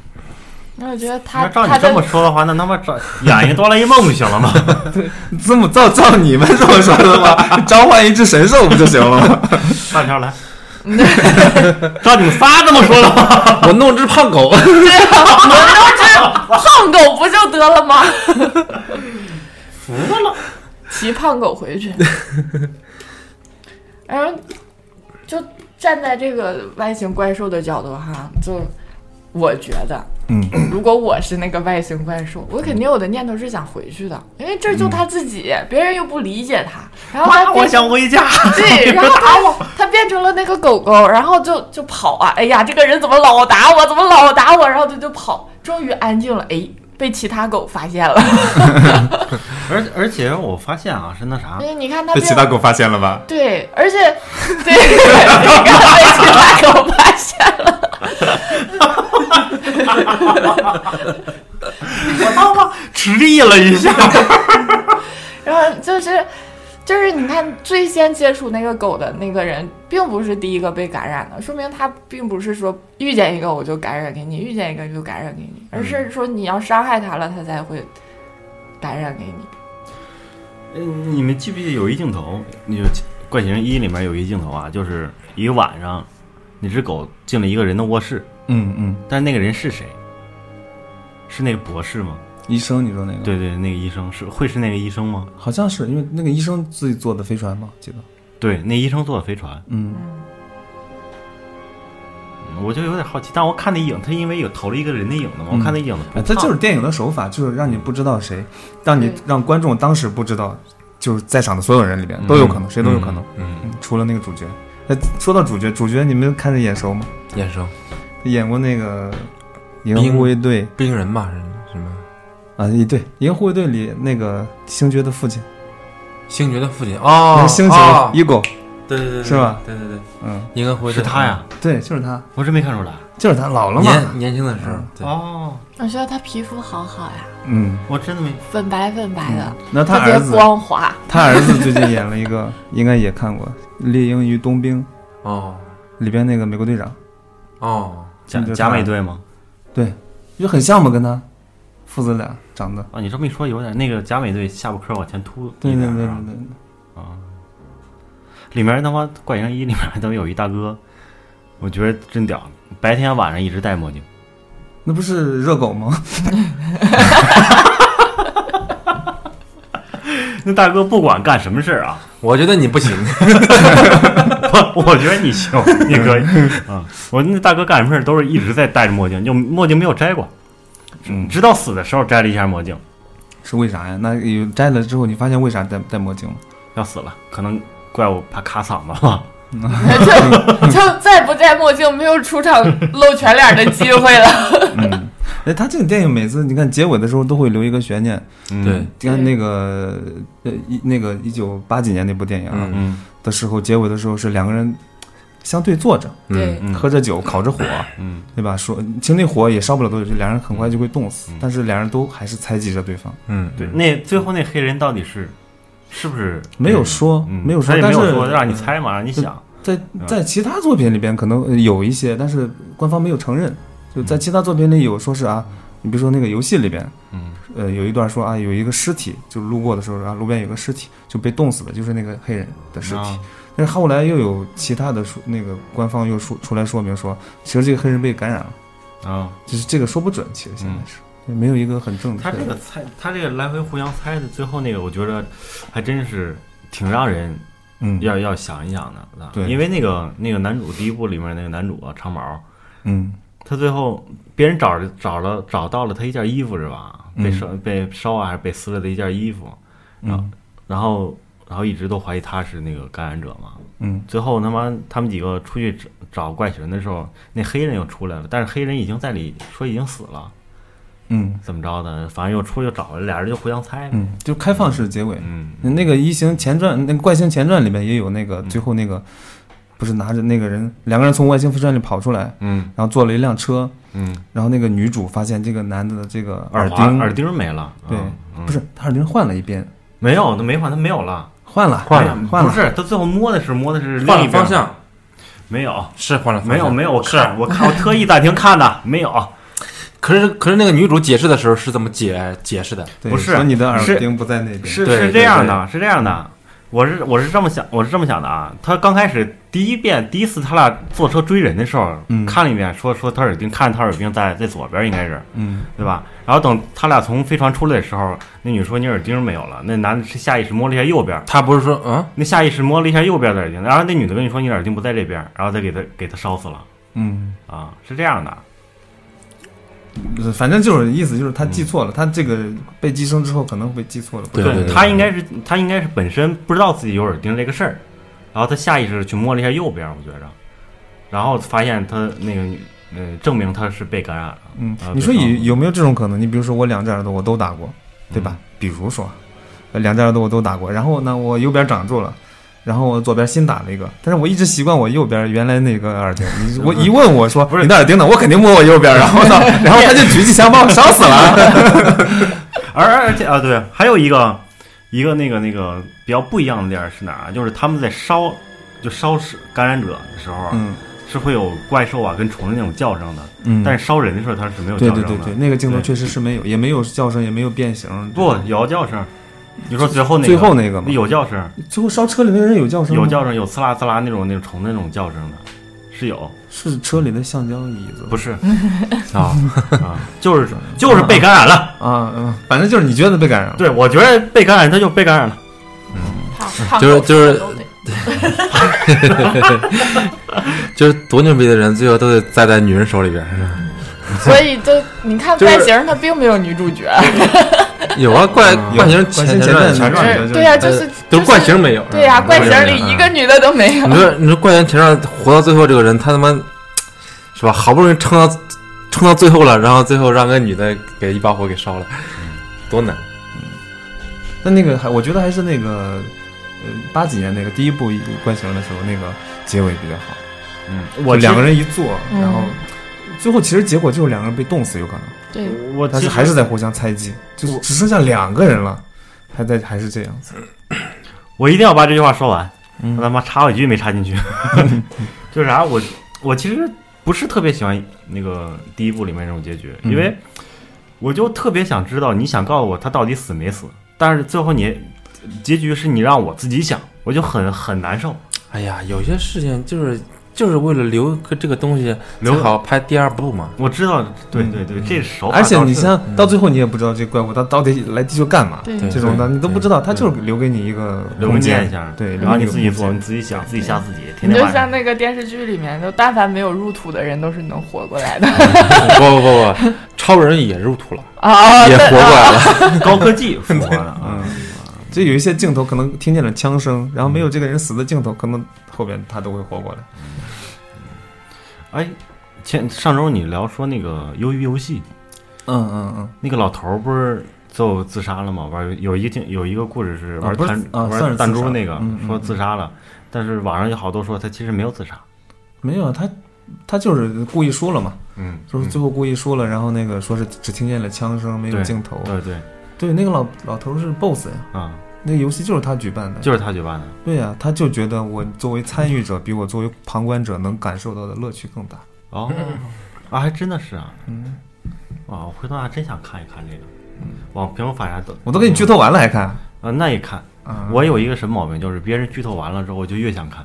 那我觉得它
那照你
它
这
的
么说的话，那他妈这演一个哆啦 A 梦不行了
<laughs>
吗？
这么造造你们这么说的话，召唤一只神兽不就行了吗？
半条
<laughs>
来，照你们仨这么说的话，
<laughs> 我弄只胖狗，
胖狗不就得了
<laughs>
吗？服了，骑胖狗
<laughs>
回去。然后就站在这个外星怪兽的角度哈，就我觉得，
嗯，
如果我是那个外星怪兽，我肯定我的念头是想回去的，因为这就他自己，别人又不理解他，然后他
妈，
变
我想回家。
<laughs> 对，然后打我，他变成了那个狗狗，然后就就跑啊！哎呀，这个人怎么老打我？怎么老打我？然后他就跑，终于安静了。哎，被其他狗发现了。
<laughs> 而而且我发现啊，是那啥
<laughs> 因，为嗯你看他
被
变，
其他狗发现了吧？
对，而且 <laughs> 对，你看被其他狗发现了。
我他妈啊吃力了一下。
然后就是就是你看最先接触那个狗的那个人，并不是第一个被感染的，说明他并不是说遇见一个我就感染给你，遇见一个就感染给你，
嗯
而是说你要伤害他了，他才会感染给你。
嗯，你们记不记得有一镜头？那就《怪奇人一》里面有一镜头啊，就是一个晚上，那只狗进了一个人的卧室，
<laughs> 嗯嗯，
但是那个人是谁？是那个博士吗？
医生，你说那个？，
对对，那个医生是会是那个医生吗？
好像是因为那个医生自己做的飞船嘛，记得。
对，那医生坐的飞船，
嗯，
嗯，
嗯我就有点好奇。但我看那影，他因为有投了一个人的影子嘛，我
嗯
看那影子不
哎，
胖，
这就是电影的手法，就是让你不知道谁，让你
对
让观众当时不知道，就是在场的所有人里边都有可能，谁都有可能，
嗯，
嗯除了那个主角。哎，说到主角，主角你们看着眼熟吗？
眼熟，
演过那个《
冰
银护卫队》
冰人吧，是什么？
啊，一对《银护卫队》里那个星爵的父亲，
星爵的父亲哦
那，个星爵
哦
Ego，
对对对，对
是吧？
对对对，
嗯，
银河护卫
是
队
他呀，，
对，就是他，
我真没看出来。
就是他，老了嘛。
年年轻的时候
嗯，
对
哦，
我觉得他皮肤好好呀，
嗯，
我真的没。
粉白粉白
嗯
的，
那他
哎特别
儿子，
光滑。 <laughs>
他儿子最近演了一个，应该也看过《猎鹰与冬兵》
哦，
里边那个美国队长，
哦，
假
你就
假
看
美队吗？
对，就很像嘛，跟他父子俩长得，
啊，你这么一说有点那个假美队下巴颏往前凸
对
一
对
点
对
儿
对
啊
对，
啊，里面他妈《怪影一》里面他妈有一大哥，我觉得真屌，白天晚上一直戴墨镜，
那不是热狗吗？
那大哥不管干什么事儿啊，
我觉得你不 <laughs> 行，
我我觉得你行，你可以 <laughs> 啊。我那大哥干什么事儿都是一直在戴着墨镜，就墨镜没有摘过，
嗯，
直到死的时候摘了一下墨镜，
是为啥呀？那有摘了之后，你发现为啥戴戴墨镜吗？
要死了，可能怪我怕卡嗓子吧。
<laughs>
就就再不戴墨镜，没有出场露全脸的机会了。
嗯，哎，他这个电影每次你看结尾的时候都会留一个悬念，
对，
你看那个呃一那个一九八几年那部电影啊
嗯
嗯
的时候，结尾的时候是两个人相对坐着，
对
嗯，
嗯
喝着酒，
<laughs>
烤着火，
嗯
对吧？说其实那火也烧不了多久，就两人很快就会冻死
嗯，
但是两人都还是猜忌着对方，
嗯，
对，那最后那黑人到底是是不是
没有说
嗯
没有
他
说，
也
但
没
是
有说让你猜嘛，让你想。
在在其他作品里边可能呃有一些，但是官方没有承认。就在其他作品里有说是啊，你比如说那个游戏里边，
嗯
呃，有一段说啊，有一个尸体，就路过的时候啊，路边有个尸体就被冻死的，就是那个黑人的尸体。
啊
但是后来又有其他的说，那个官方又说出来说明说，其实这个黑人被感染了，
啊，
就是这个说不准，其实现在是、
嗯
没有一个很正确
他
的。
这个猜，他这个来回互相猜的，最后那个我觉得还真是挺让人
嗯
要要想一想的，是吧
对
因为那个那个男主第一部里面那个男主啊，长毛，
嗯
他最后别人找着找了找到了他一件衣服是吧？
嗯
被烧、被烧啊还是被撕了的一件衣服，
嗯
然后然后一直都怀疑他是那个感染者嘛。
嗯
最后他妈他们几个出去找找怪寻的时候，那黑人又出来了，但是黑人已经在里说已经死了，
嗯
怎么着的？反正又出去找了，俩人就互相猜呗。
嗯，就开放式结尾。
嗯
那个《异形前传》那个《怪星前传》里面也有那个最后那个，不是拿着那个人两个人从外星飞船里跑出来，
嗯
然后坐了一辆车，
嗯，
然后那个女主发现这个男的的这个耳
环
钉，
耳钉没了，
对
嗯嗯
不是他耳钉换了一边，
没有，那没换，他没有了，
换了
换了
换
不是，他最后摸的是摸的是另
换了
一边
方，向，
没有
是换了方向，
没有没有，我
是
看我看我特意暂停看的，没有，
可是可是那个女主解释的时候是怎么解解释的？
对
不是
说你的耳
是
钉不在那边，
是
对
是
对
这样的，是这样的。我是我是这么想，我是这么想的啊。他刚开始第一遍第一次他俩坐车追人的时候，
嗯
看了一遍，说说他耳钉，看他耳钉在在左边应该是，
嗯
对吧？然后等他俩从飞船出来的时候，那女说你耳钉没有了，那男的是下意识摸了一下右边，
她不是说嗯
那下意识摸了一下右边的耳钉，然后那女的跟你说你耳钉不在这边，然后再给他给他烧死了
嗯，
啊，是这样的。
呃反正就是意思就是他
嗯
记错了，他这个被寄生之后可能会记错了，不
对
知道
对对
他应该是他应该是本身不知道自己有耳钉这个事儿，然后他下意识去摸了一下右边，我觉着，然后发现他那个女，呃，证明他是被感染了。
嗯
啊，
你说
对
有
上
有没有这种可能？你比如说我两只耳朵我都打过，对
嗯
吧？比如说，呃两只耳朵我都打过，然后呢，我右边长住了。然后我左边新打了一个，但是我一直习惯我右边原来那个耳钉。
<laughs>
你我一问我说
不是
你的耳钉呢？我肯定摸我右边，然后
<laughs>
呢，然后他就举起枪把我烧死了。
而而且啊，对，还有一个一个那个那个比较不一样的地儿是哪儿啊？就是他们在烧就烧是感染者的时候，啊
嗯
是会有怪兽啊跟虫子那种叫声的，
嗯
但是烧人的时候它是没有
对
叫
对
声的。
对对，那个镜头
对
确实是没有，也没有叫声，也没有变形。
不有叫声。你说最后那个
最后那个嘛，
有叫声，
最后烧车里那个人有叫声吗，
有叫声，有刺啦刺啦那种那种虫的那种叫声的，是有。
是车里的橡胶椅子，
不是
啊，
啊，
<laughs>
就是就是被感染了。
啊，嗯，反正就是你觉得被感染了。
对，我觉得被感染，他就被感染了。
胖胖
就是
狗
就是
胖狗得
<laughs>
就是多牛逼的人，最后都得栽在女人手里边。是 <laughs> 吧
所以就你看
就是
外形，它并没有女主角，
有啊，怪
啊
怪形
怪
前
前
段
前
段
段
对呀，就
呃
是
都
就是
怪形没有。
嗯
对啊呀，怪形
形嗯
里一个。女的都没有
<laughs> 你。说你说怪形前段活到最后这个人，他他妈是吧？好不容易撑到撑到最后了，然后最后让个女的给一把火给烧了，多难！
但那个还我觉得还是那个呃八几年那个第一部《怪形》的时候那个结尾比较好。
嗯，
就两个
人，
人一坐，
嗯
然后最后其实结果就是两个人被冻死，有可能，
对，
我
但
其
是
实
还是在互相猜忌，就
我
只剩下两个人了，还在还是这样子。
我一定要把这句话说完。
嗯
<laughs> 我他妈插我一句没插进去，就是啥？我我其实不是特别喜欢那个第一部里面这种结局，
嗯
因为我就特别想知道你想告诉我他到底死没死，但是最后你结局是你让我自己想，我就很很难受。
哎呀，有些事情就是就是为了留个这个东西，
留
留好拍第二部嘛。
我知道，对
嗯
对对，这手法
而且
倒
你
是嗯
像到最后你也不知道这怪物它到底来地球干嘛，
对
对
这种的你都不知道，
对
它就是留给你一个
留
空
个念
间，
想，
对，
然后
留给
嗯你
一
自己
个空
做，
间
你自己想，自己吓自己，天天
你就
晚上
像那个电视剧里面，就但凡没有入土的人，都是能活过来
<laughs>
的 <laughs>
不不不不，超人也入土了，
啊。
也活过来了。
高科技复活的啊
<laughs> 嗯。就有一些镜头可能听见了枪声，然后没有这个人死的镜头，可能后边他都会活过来。
哎，前上周你聊说那个《鱿鱼游戏》，
嗯嗯嗯，
那个老头儿不是最后自杀了吗？玩有一个镜有一个故事是
啊
玩
不是
弹、
啊算
玩
是
弹
自
珠
杀
那个、
嗯嗯
说自杀了，但是网上有好多说他其实没有自杀。
没有啊他，他就是故意说了嘛，
嗯，
说是最后故意说了，然后那个说是只听见了枪声，没有镜头。
对对
对，那个老老头是 BOSS 呀，
啊、
那个游戏就是他举办的。
就是他举办的。
对呀、他就觉得我作为参与者比我作为旁观者能感受到的乐趣更大。 <laughs>
哦，啊，还真的是啊！
嗯，
哇，我回头还真想看一看这个。往屏幕反下走，
我都给你剧
啊、
透完了还看
那一看，
啊？
我有一个什么毛病，就是别人剧透完了之后，我就越想看。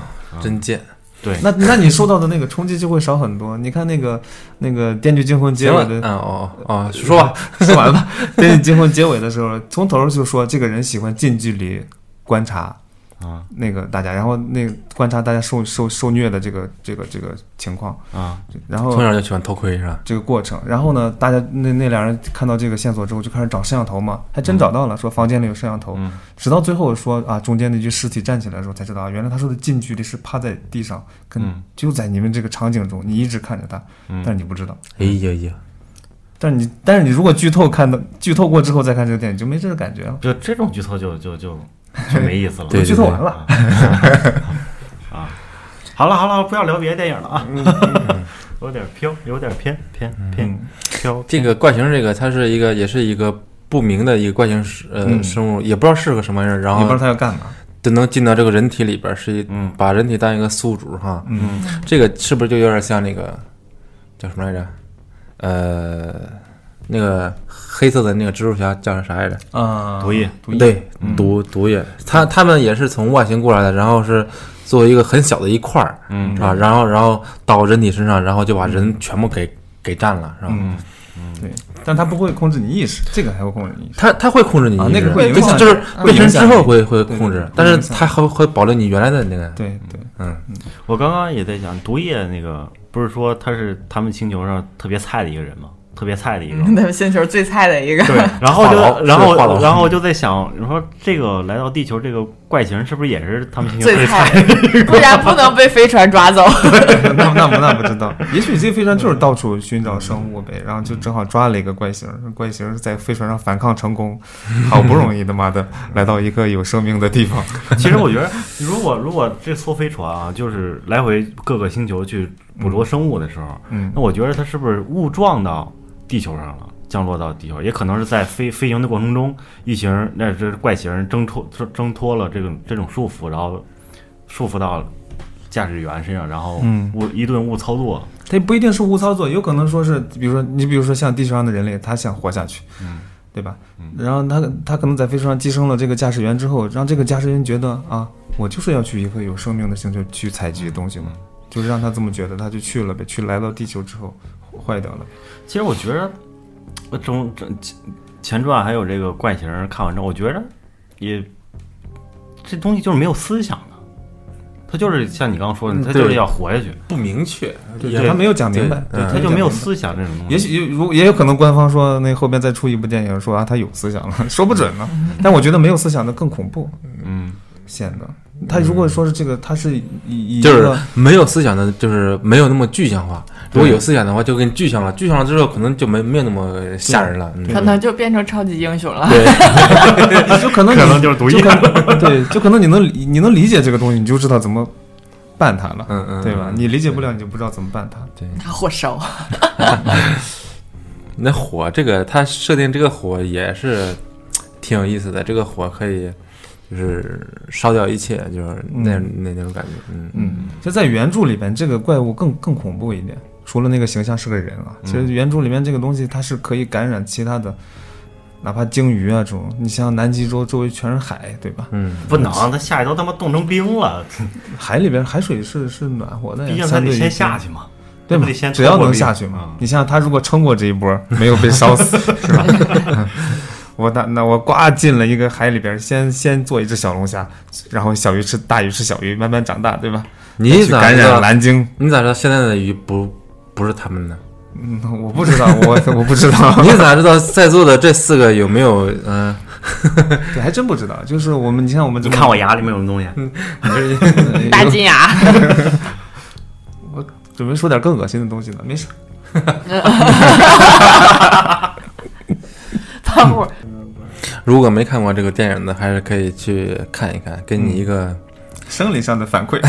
<laughs> 真贱！
对，
那 <laughs> 那你受到的那个冲击就会少很多。你看那个那个《电锯惊魂》结
行
尾
了，
的
嗯哦哦，说吧，
<laughs> 说完了，电影结婚结尾的时候，从头就说这个人喜欢近距离观察
啊
那个大家，然后那个观察大家受受受虐的这个这个这个情况，
啊，
然
从
后
小就喜欢偷窥是吧？
这个过程，然后呢，大家那那俩人看到这个线索之后就开始找摄像头嘛，还真找到了，说房间里有摄像头，
嗯
直到最后说啊，中间那具尸体站起来的时候才知道啊，原来他说的近距离是趴在地上，跟、
嗯
就在你们这个场景中，你一直看着他，
嗯
但是你不知道。
哎呀呀，
但是你，但是你如果剧透看到剧透过之后再看这个电影，就没这个感觉了。
就这种剧透就就就就没意思了。
对
剧透完了，
啊 <laughs> 啊，好了好了，不要聊别的电影了啊，
嗯
<laughs> 有点飘，有点偏偏偏飘。
这个怪形这个它是一个也是一个不明的一个怪形生呃
嗯
生物，也不知道是个什么玩意儿，然
你不知道
后
他要干嘛。
就能进到这个人体里边儿，是一
嗯
把人体当一个宿主哈。
嗯，
这个是不是就有点像那个叫什么来着？呃，那个黑色的那个蜘蛛侠叫啥来着？
啊，
毒液，
毒液，嗯
对，毒毒液，他他们也是从外星过来的，然后是作为一个很小的一块儿，
嗯
啊，然后然后到人体身上，然后就把人全部给给占了，是吧？
嗯，对，但他不会控制你意识，这个还会控制你意识。
他他会控制你
啊
意识
那个会
就
影响
就是
你会
变身
影
之
响
后
你
会会
对
控
对
制
会，
但是
影响
他还会保留你原来的那个，
对对， <laughs>
嗯，
我刚刚也在想，毒液那个不是说他是他们星球上特别菜的一个人吗？特别菜的一个。
那们星球最菜的一
<laughs>
个，
对，然后
嗯话痨
就，然
是话
后，
痨
然后我就在想，你说这个来到地球，这个怪形是不是也是他们星球
最
嗯最
菜
菜？
的，不然不能被飞船抓走。 <laughs>
那那不那不知道，也许这个飞船就是到处寻找生物呗，然后就正好抓了一个怪形，怪形在飞船上反抗成功，好不容易他妈的来到一个有生命的地方，
<laughs> 其实我觉得，如果如果这艘飞船啊，就是来回各个星球去捕捉生物的时候，
嗯
那我觉得它是不是误撞到地球上了，降落到地球，也可能是在飞飞行的过程中，异形那这怪形挣脱挣挣脱了这种这种束缚，然后束缚到驾驶员身上，然后
嗯
误一顿误操作，
它不一定是误操作，有可能说是，比如说你比如说像地球上的人类，他想活下去，
嗯，
对吧
嗯？
然后他他可能在飞船上寄生了这个驾驶员之后，让这个驾驶员觉得啊，我就是要去一个有生命的星球去采集东西嘛，就是让他这么觉得，他就去了呗，去来到地球之后坏掉了，
其实我觉得，我中中前前传还有这个怪形看完之后，我觉得也这东西就是没有思想的，它就是像你刚刚说的，
嗯
它
对
就是要活下去，
不明确，
对
也
他没有讲明白，
对
对，
嗯
它就没有
讲明白。
思想这种东西。
也许如也有可能官方说那后边再出一部电影说啊他有思想了，说不准呢。但我觉得没有思想的更恐怖，
嗯，
显得他如果说是这个，他是以以以一
就
个
是没有思想的，就是没有那么具象化。如果有思想的话，就更具象了，具象了之后可能就没没有那么吓人了。嗯
可能就变成超级英雄
<laughs>
了。
对，
就可能你
可能就是毒液
就可对，就可能 <laughs> 你能理你能理解这个东西，你就知道怎么办它了，
嗯嗯，
对吧？你理解不了，你就不知道怎么办它。
对。
拿火烧，
那火这个，它设定这个火也是挺有意思的。这个火可以就是烧掉一切，就是那、那那种感觉，嗯
嗯，其实，在原著里边，这个怪物更更恐怖一点。除了那个形象是个人啊，
嗯
其实原著里面这个东西它是可以感染其他的，哪怕鲸鱼啊这种。你像南极洲周围全是海，对吧？
嗯，
不能，他下去都他妈冻成冰了，
海里边海水是是暖和的
毕
呀，
竟他
相
得
对
先
于
下去嘛，
对
不
嘛
得先
只要
通过
能
冰
下去嘛
嗯。
你像他如果撑过这一波，没有被烧
<laughs>
死，是吧？ <laughs> 我那那我呱进了一个海里边，先先做一只小龙虾，然后小鱼吃大鱼吃小鱼，慢慢长大，对吧？
你
去
咋
感
知道
染蓝鲸？
你咋知道现在的鱼不不是他们呢？ <laughs>
嗯，我不知道，我我不知道，
<laughs>
你咋知道在座的这四个有没有嗯、
对，还真不知道。就是嗯我们，你像我们这
你
么，
<laughs> 看我牙里面有什么东西？啊
大金牙，
准备说点更恶心的东西呢，没事。
胖虎，
如果没看过这个电影的，还是可以去看一看，给你一个、
生理上的
<laughs>
反馈，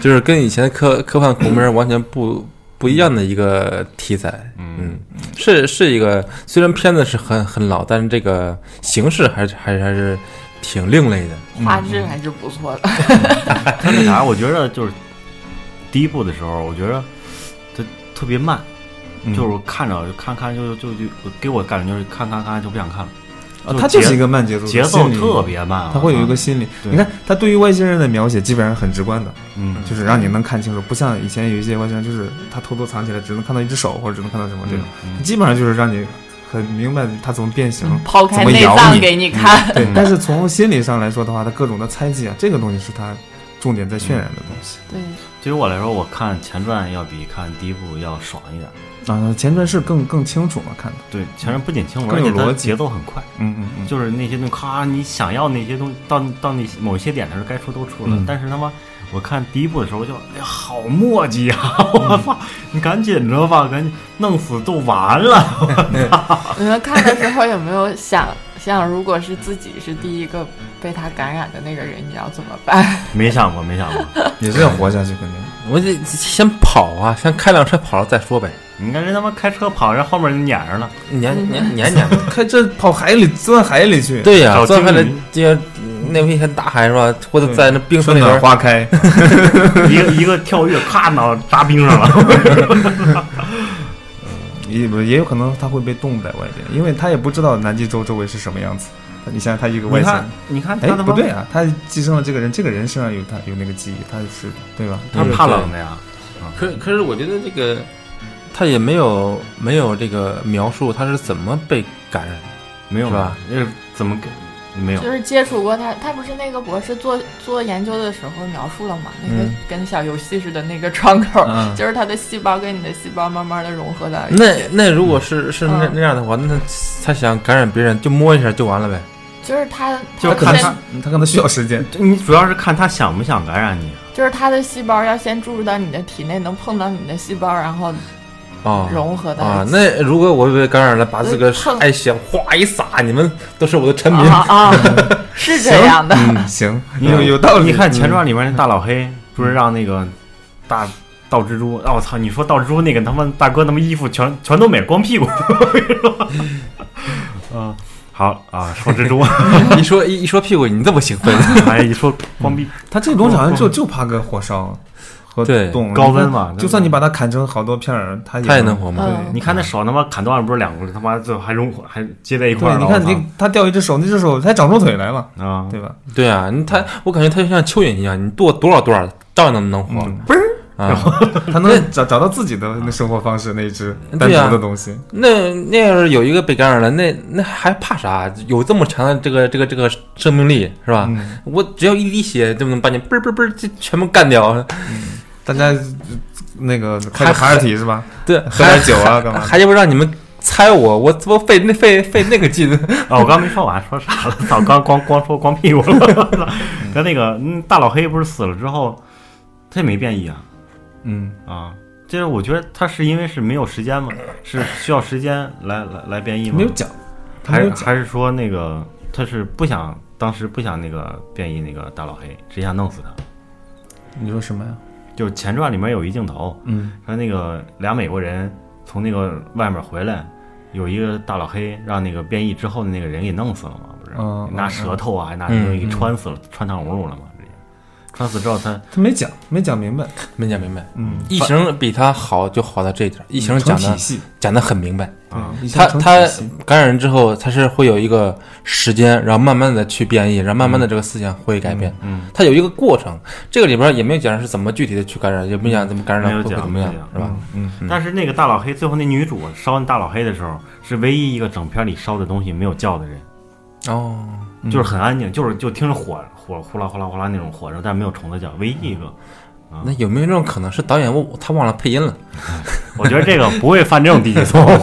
就是跟以前的科科幻恐怖片完全不不一样的一个题材。嗯，是是一个，虽然片子是很很老，但是这个形式还是还是还是挺另类的。
画质还是不错的。
他那啥，我觉得就是第一部的时候，我觉得它特别慢，
嗯
就是我看着看看就就就给我感觉就是看看看就不想看了，
啊它就是
节
一个慢节奏的，
节奏
心理
特，别慢啊，
它会有一个心理。
对
你看，它对于外星人的描写基本上很直观的，
嗯，
就是让你能看清楚，不像以前有一些外星人，就是他偷偷藏起来，只能看到一只手或者只能看到什么这种，
嗯
基本上就是让你很明白他怎么变 <laughs> 形。
抛开
怎么
内
咬
脏
你
给
<laughs>
你看，
对
嗯，
但是从心理上来说的话，他各种的猜忌啊，这个东西是他重点在渲染的东西。
对，
对于我来说，我看前传要比看第一部要爽一点。
啊，前传是更更清楚嘛，看的，
对，前传不仅清楚，
更
而
有
且它
逻辑
节奏很快，
嗯嗯嗯，
就是那些东西，咔，你想要那些东西，到到那些某些点的时候该出都出了
嗯。
但是他妈，我看第一部的时候就，哎呀，好墨迹啊！我 <laughs> 操，你赶紧着吧，赶紧弄死就完了。
你们看的时候有没有想想，如果是自己是第一个被他感染的那个人，你要怎么办？
没想过，没想过，
也是要活下去，肯定。
我得先跑啊，先开辆车跑了再说呗。
你看人他妈开车跑，人后面撵上了， <laughs>
撵撵撵撵呗，
开这跑海里钻海里去，
对呀、
找
钻开了
鲸鱼，
这那不一片大海是吧？或者在那冰川
春
里边
暖花开。
一个一个跳跃，咔，脑扎冰上了。
<laughs> 也不也有可能他会被冻在外边，因为他也不知道南极洲周围是什么样子。你想想，他一个外
你
星，
看，你看
哎
他他，
不
妈，
对啊，他寄生了这个人，这个人身上有他有那个记忆，他是对吧？
他怕冷的呀。
可可是我觉得这个他也没有没有这个描述他是怎么被感染的。
没有
是吧？
那是怎么给？没有
就。是接触过他，他不是那个博士做做研究的时候描述了嘛，那个
嗯
跟小游戏似的那个窗口，
嗯
就是他的细胞跟你的细胞慢慢的融合到一起。
那那如果是是那
哎嗯
那样的话，那他想感染别人就摸一下就完了呗。
就是他，
就
他
可能
看
先
他嗯他可能需要时间。
你主要是看他想不想感染你。
就是他的细胞要先注入到你的体内，能碰到你的细胞，然后
啊
融合到
啊
一，起。
那如果我被感染了，把
所以
自个 <laughs>
碰
爱血哗一撒，你们都是我的臣民。 <laughs>
啊啊，是这样的。
嗯，行， <laughs> 有有道理。嗯
你看前传里面那大老黑，不是让那个大倒蜘蛛？啊我、操！你说倒蜘蛛那个他妈大哥他妈衣服全全都没，光屁股。 <laughs> 嗯，好啊，说蜘蛛， <laughs>
一说一一说屁股，你这么兴
嗯
奋，
哎，一说光屁
嗯他这个东西好像就就怕个火烧和
对
冻
高温嘛
你看就算你把它砍成好多片儿，它
他也能活吗？
对
嗯
你看那手他妈砍断了，不是两个他妈最后还融还接在一块
对，
儿了。
你看你他掉一只手，那只手还长出腿来了，
你啊，
对吧？
对啊，你他我感觉他就像蚯蚓一样，你剁多少多少，照样能能活。
嗯
不是啊， <laughs>
他能找找到自己的那生活方式，那一只单
对呀
独的东西。
那那要是有一个被感染了，那那还怕啥？有这么强的这个这个这个生命力是吧？
嗯
我只要一滴血就能把你嘣嘣嘣就全部干掉。
大家呃那个开个
还
卡尔体是吧？
<laughs>
对，
喝
还
点酒啊，干嘛？
还要不让你们猜我，我怎么费那费费那个劲？
啊，我刚没说完，说啥了？ <laughs> 操，刚光光说光屁股了。 <laughs> 他那个嗯，大老黑不是死了之后，他也没变异啊。
嗯，
啊，就是我觉得他是因为是没有时间吗？是需要时间来来来变异吗
没有？讲，他
还
没
是
有讲，
还是说那个他是不想当时不想那个变异那个大老黑，只想弄死他。
你说什么呀？
就是前传里面有一镜头，
嗯
说那个俩美国人从那个外面回来，有一个大老黑让那个变异之后的那个人给弄死了嘛，不是？
嗯嗯
拿舌头啊，拿东西给
嗯
穿死了，穿糖葫芦了嘛，直接穿死之后他
他没讲，没讲明白。
<laughs> 没讲明白。
嗯，
异形比他好就好到这一点儿，异形
成
讲
体
的
系，
讲的很明白。
啊
对，异形
他
成
他
体系
感染人之后，他是会有一个时间，然后慢慢的去变异，然后慢慢的这个思想会改变。
嗯，
它有一个过程，这个里边也没有讲是怎么具体的去感染，也没讲怎么感染
没有
到会
讲
怎么样
没有讲，
是吧？
嗯，
嗯
但是那个大老黑最后那女主烧那大老黑的时候，是唯一一个整片里烧的东西没有叫的人，
哦，
嗯
就是很安静，就是就听着火火呼啦呼啦呼啦那种火声，但没有虫子叫，唯一一个。啊
那有没有这种可能是导演我他忘了配音了？
<laughs> 我觉得这个不会犯这种低级错误
<laughs>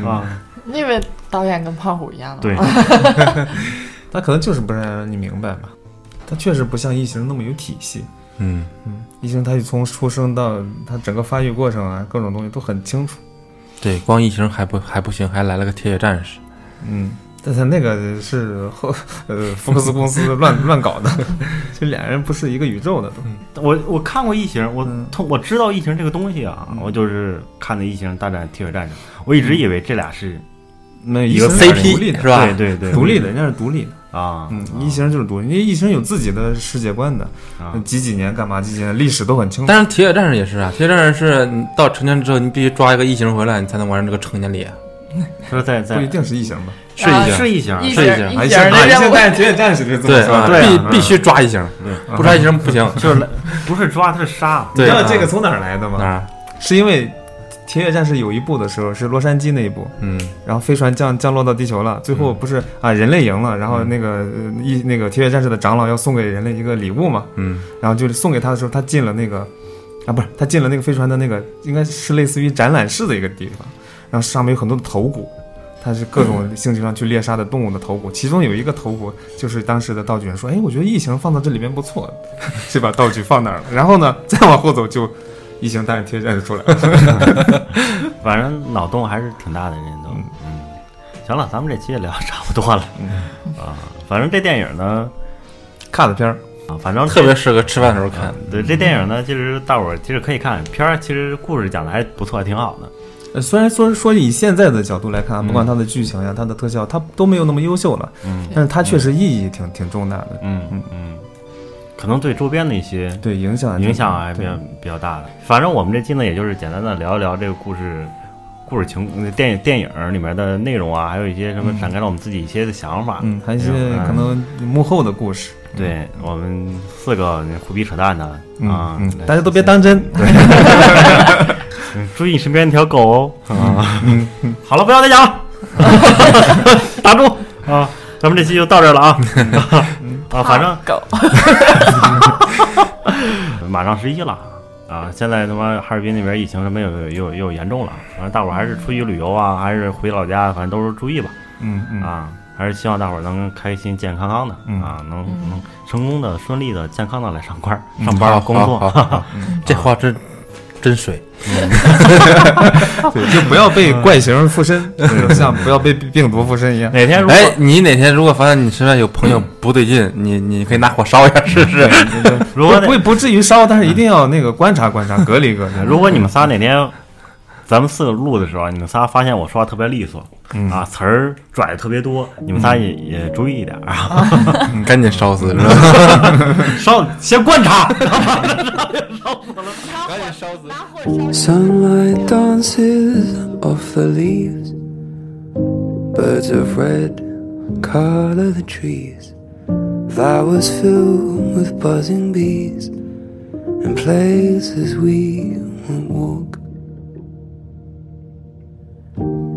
嗯
啊。
那位导演跟胖虎一样了，
对，
他可能就是不让你明白吧。他确实不像异形那么有体系。
嗯，
嗯，异形他从出生到他整个发育过程啊，各种东西都很清楚。
对，光异形还不还不行，还来了个铁血战士。
嗯，但他那个是后呃福克斯公司乱乱搞的，这俩人不是一个宇宙的都。
我我看过异形，我
嗯
通我知道异形这个东西啊，
嗯
我就是看的《异形大战铁血战士》，我一直以为这俩是
那
一
异
个
形是
CP
独立的
是吧
对对对，
独立的，人家是独立的。
啊，
嗯，异形就是独立，因为异形有自己的世界观的，
啊
几几年干嘛，几几年历史都很清楚。
但是铁血战士也是啊，铁血战士是你到成年之后，你必须抓一个异形回来，你才能完成这个成年礼啊。
说在在
不一定是异形吧？
是
啊
异形，
是异形，
一
是
节
一
一
节
哎，
节
现
儿的
在
任
现
务，啊
在铁血战士就这么
对
说的。
对啊
必必须抓异形，不抓异形不行。
<laughs> 就是不是抓他是杀，
你
对啊
知道这个从哪儿来的
哪
吗？
儿？
是因为《铁血战士》有一部的时候是洛杉矶那一部，
嗯，
然后飞船降降落到地球了，最后不是啊人类赢了，然
嗯
后那个呃一那个铁血战士的长老要送给人类一个礼物嘛，
嗯，
然后就是送给他的时候，他进了那个啊不是他进了那个飞船的那个应该是类似于展览室的一个地方，然后上面有很多的头骨。他是各种星球上去猎杀的动物的头骨，其中有一个头骨就是当时的道具人说：“哎，我觉得异形放到这里边不错，就把道具放那儿了。” <laughs> 然后呢，再往后走就异形大战 <laughs> 铁血战士出来了。
反正脑洞还是挺大的，人都
嗯
嗯。行了，咱们这期也聊得差不多了
嗯
啊。反正这电影呢，
看的片儿，
啊，反正
特别适合吃饭的时候看。
对这电影呢，其实大伙儿其实可以看片儿，其实故事讲的还不错，挺好的。
呃，虽然说说以现在的角度来看啊，
嗯
不管它的剧情呀、它的特效，它都没有那么优秀了，
嗯
但是它确实意义挺挺重大的，
嗯嗯，可能对周边的一些
对影响啊
影响还比
对
较比较大的。反正我们这期呢，也就是简单的聊一聊这个故事、故事情、呃电影电影里面的内容啊，还有一些什么展开了我们自己一些的想法。
嗯，还有一些
嗯
可能幕后的故事，
对我们四个那胡逼扯淡的
嗯
啊
嗯，，
来
大家都别当真，
嗯注意身边那条狗哦。啊，好了，不要再讲了，打住啊！咱们这期就到这儿了啊 <laughs> 啊，反正
狗
马上十一了啊！现在他妈哈尔滨那边疫情什么又又又严重了，反正大伙儿还是出去旅游啊，还是回老家，反正都是注意吧
嗯嗯，
啊！还是希望大伙儿能开心、健康康的
嗯
啊，能
嗯
能成功的、顺利的、健康的来上班、
嗯
上班啊
好
儿、工作嗯
好。好
<laughs>
好这话真真水。
对，就不要
嗯
被怪形
<laughs>
附身，就像不要被病毒附身一样。
哪天如果嗯
哎，
<laughs>
你哪天如果发现你身边有朋友不对劲，你你可以拿火烧一下试试。
如果
不
那
不不至于烧，但是一定要那个观察观察，隔
<laughs>
离隔离。
哎如果你们仨哪天，咱们四个录的时候啊，你们仨发现我说话特别利索、
嗯
啊，词儿拽的特别多，你们仨也、也注意一点啊，
赶紧烧
嗯
死，是吧？
稍先观察。
拿火烧。
Sunlight dances off the leaves. Birds of red color the trees. Flowers fill with buzzing bees. And places we won't walk.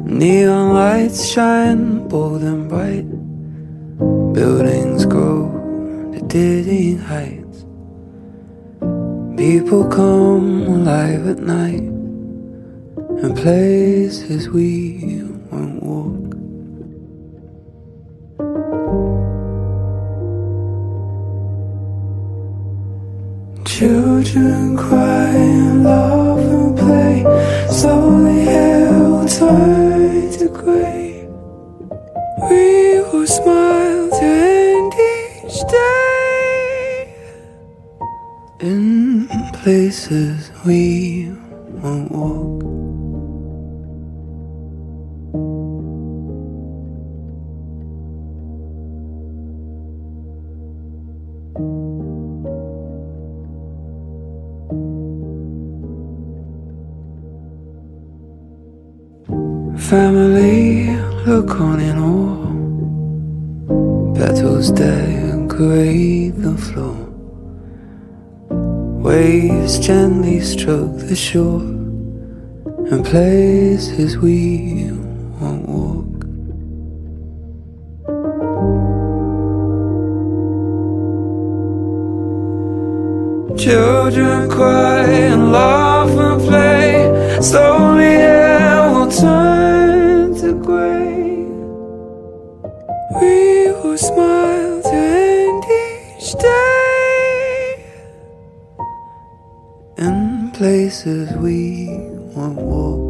Neon lights shine bold and bright. Buildings grow to dizzying heights. People come alive at night and places we won't walk. Children cry and laugh and play. Slowly hell turns to grey. We will smile to end each day in places we won't walk. family look on in awe. Petals decorate the floor. Waves gently stroke the shore. And places we won't walk. Children cry and laugh and play. Slowly it will turn to grey. We will smile to end each day in places we won't walk.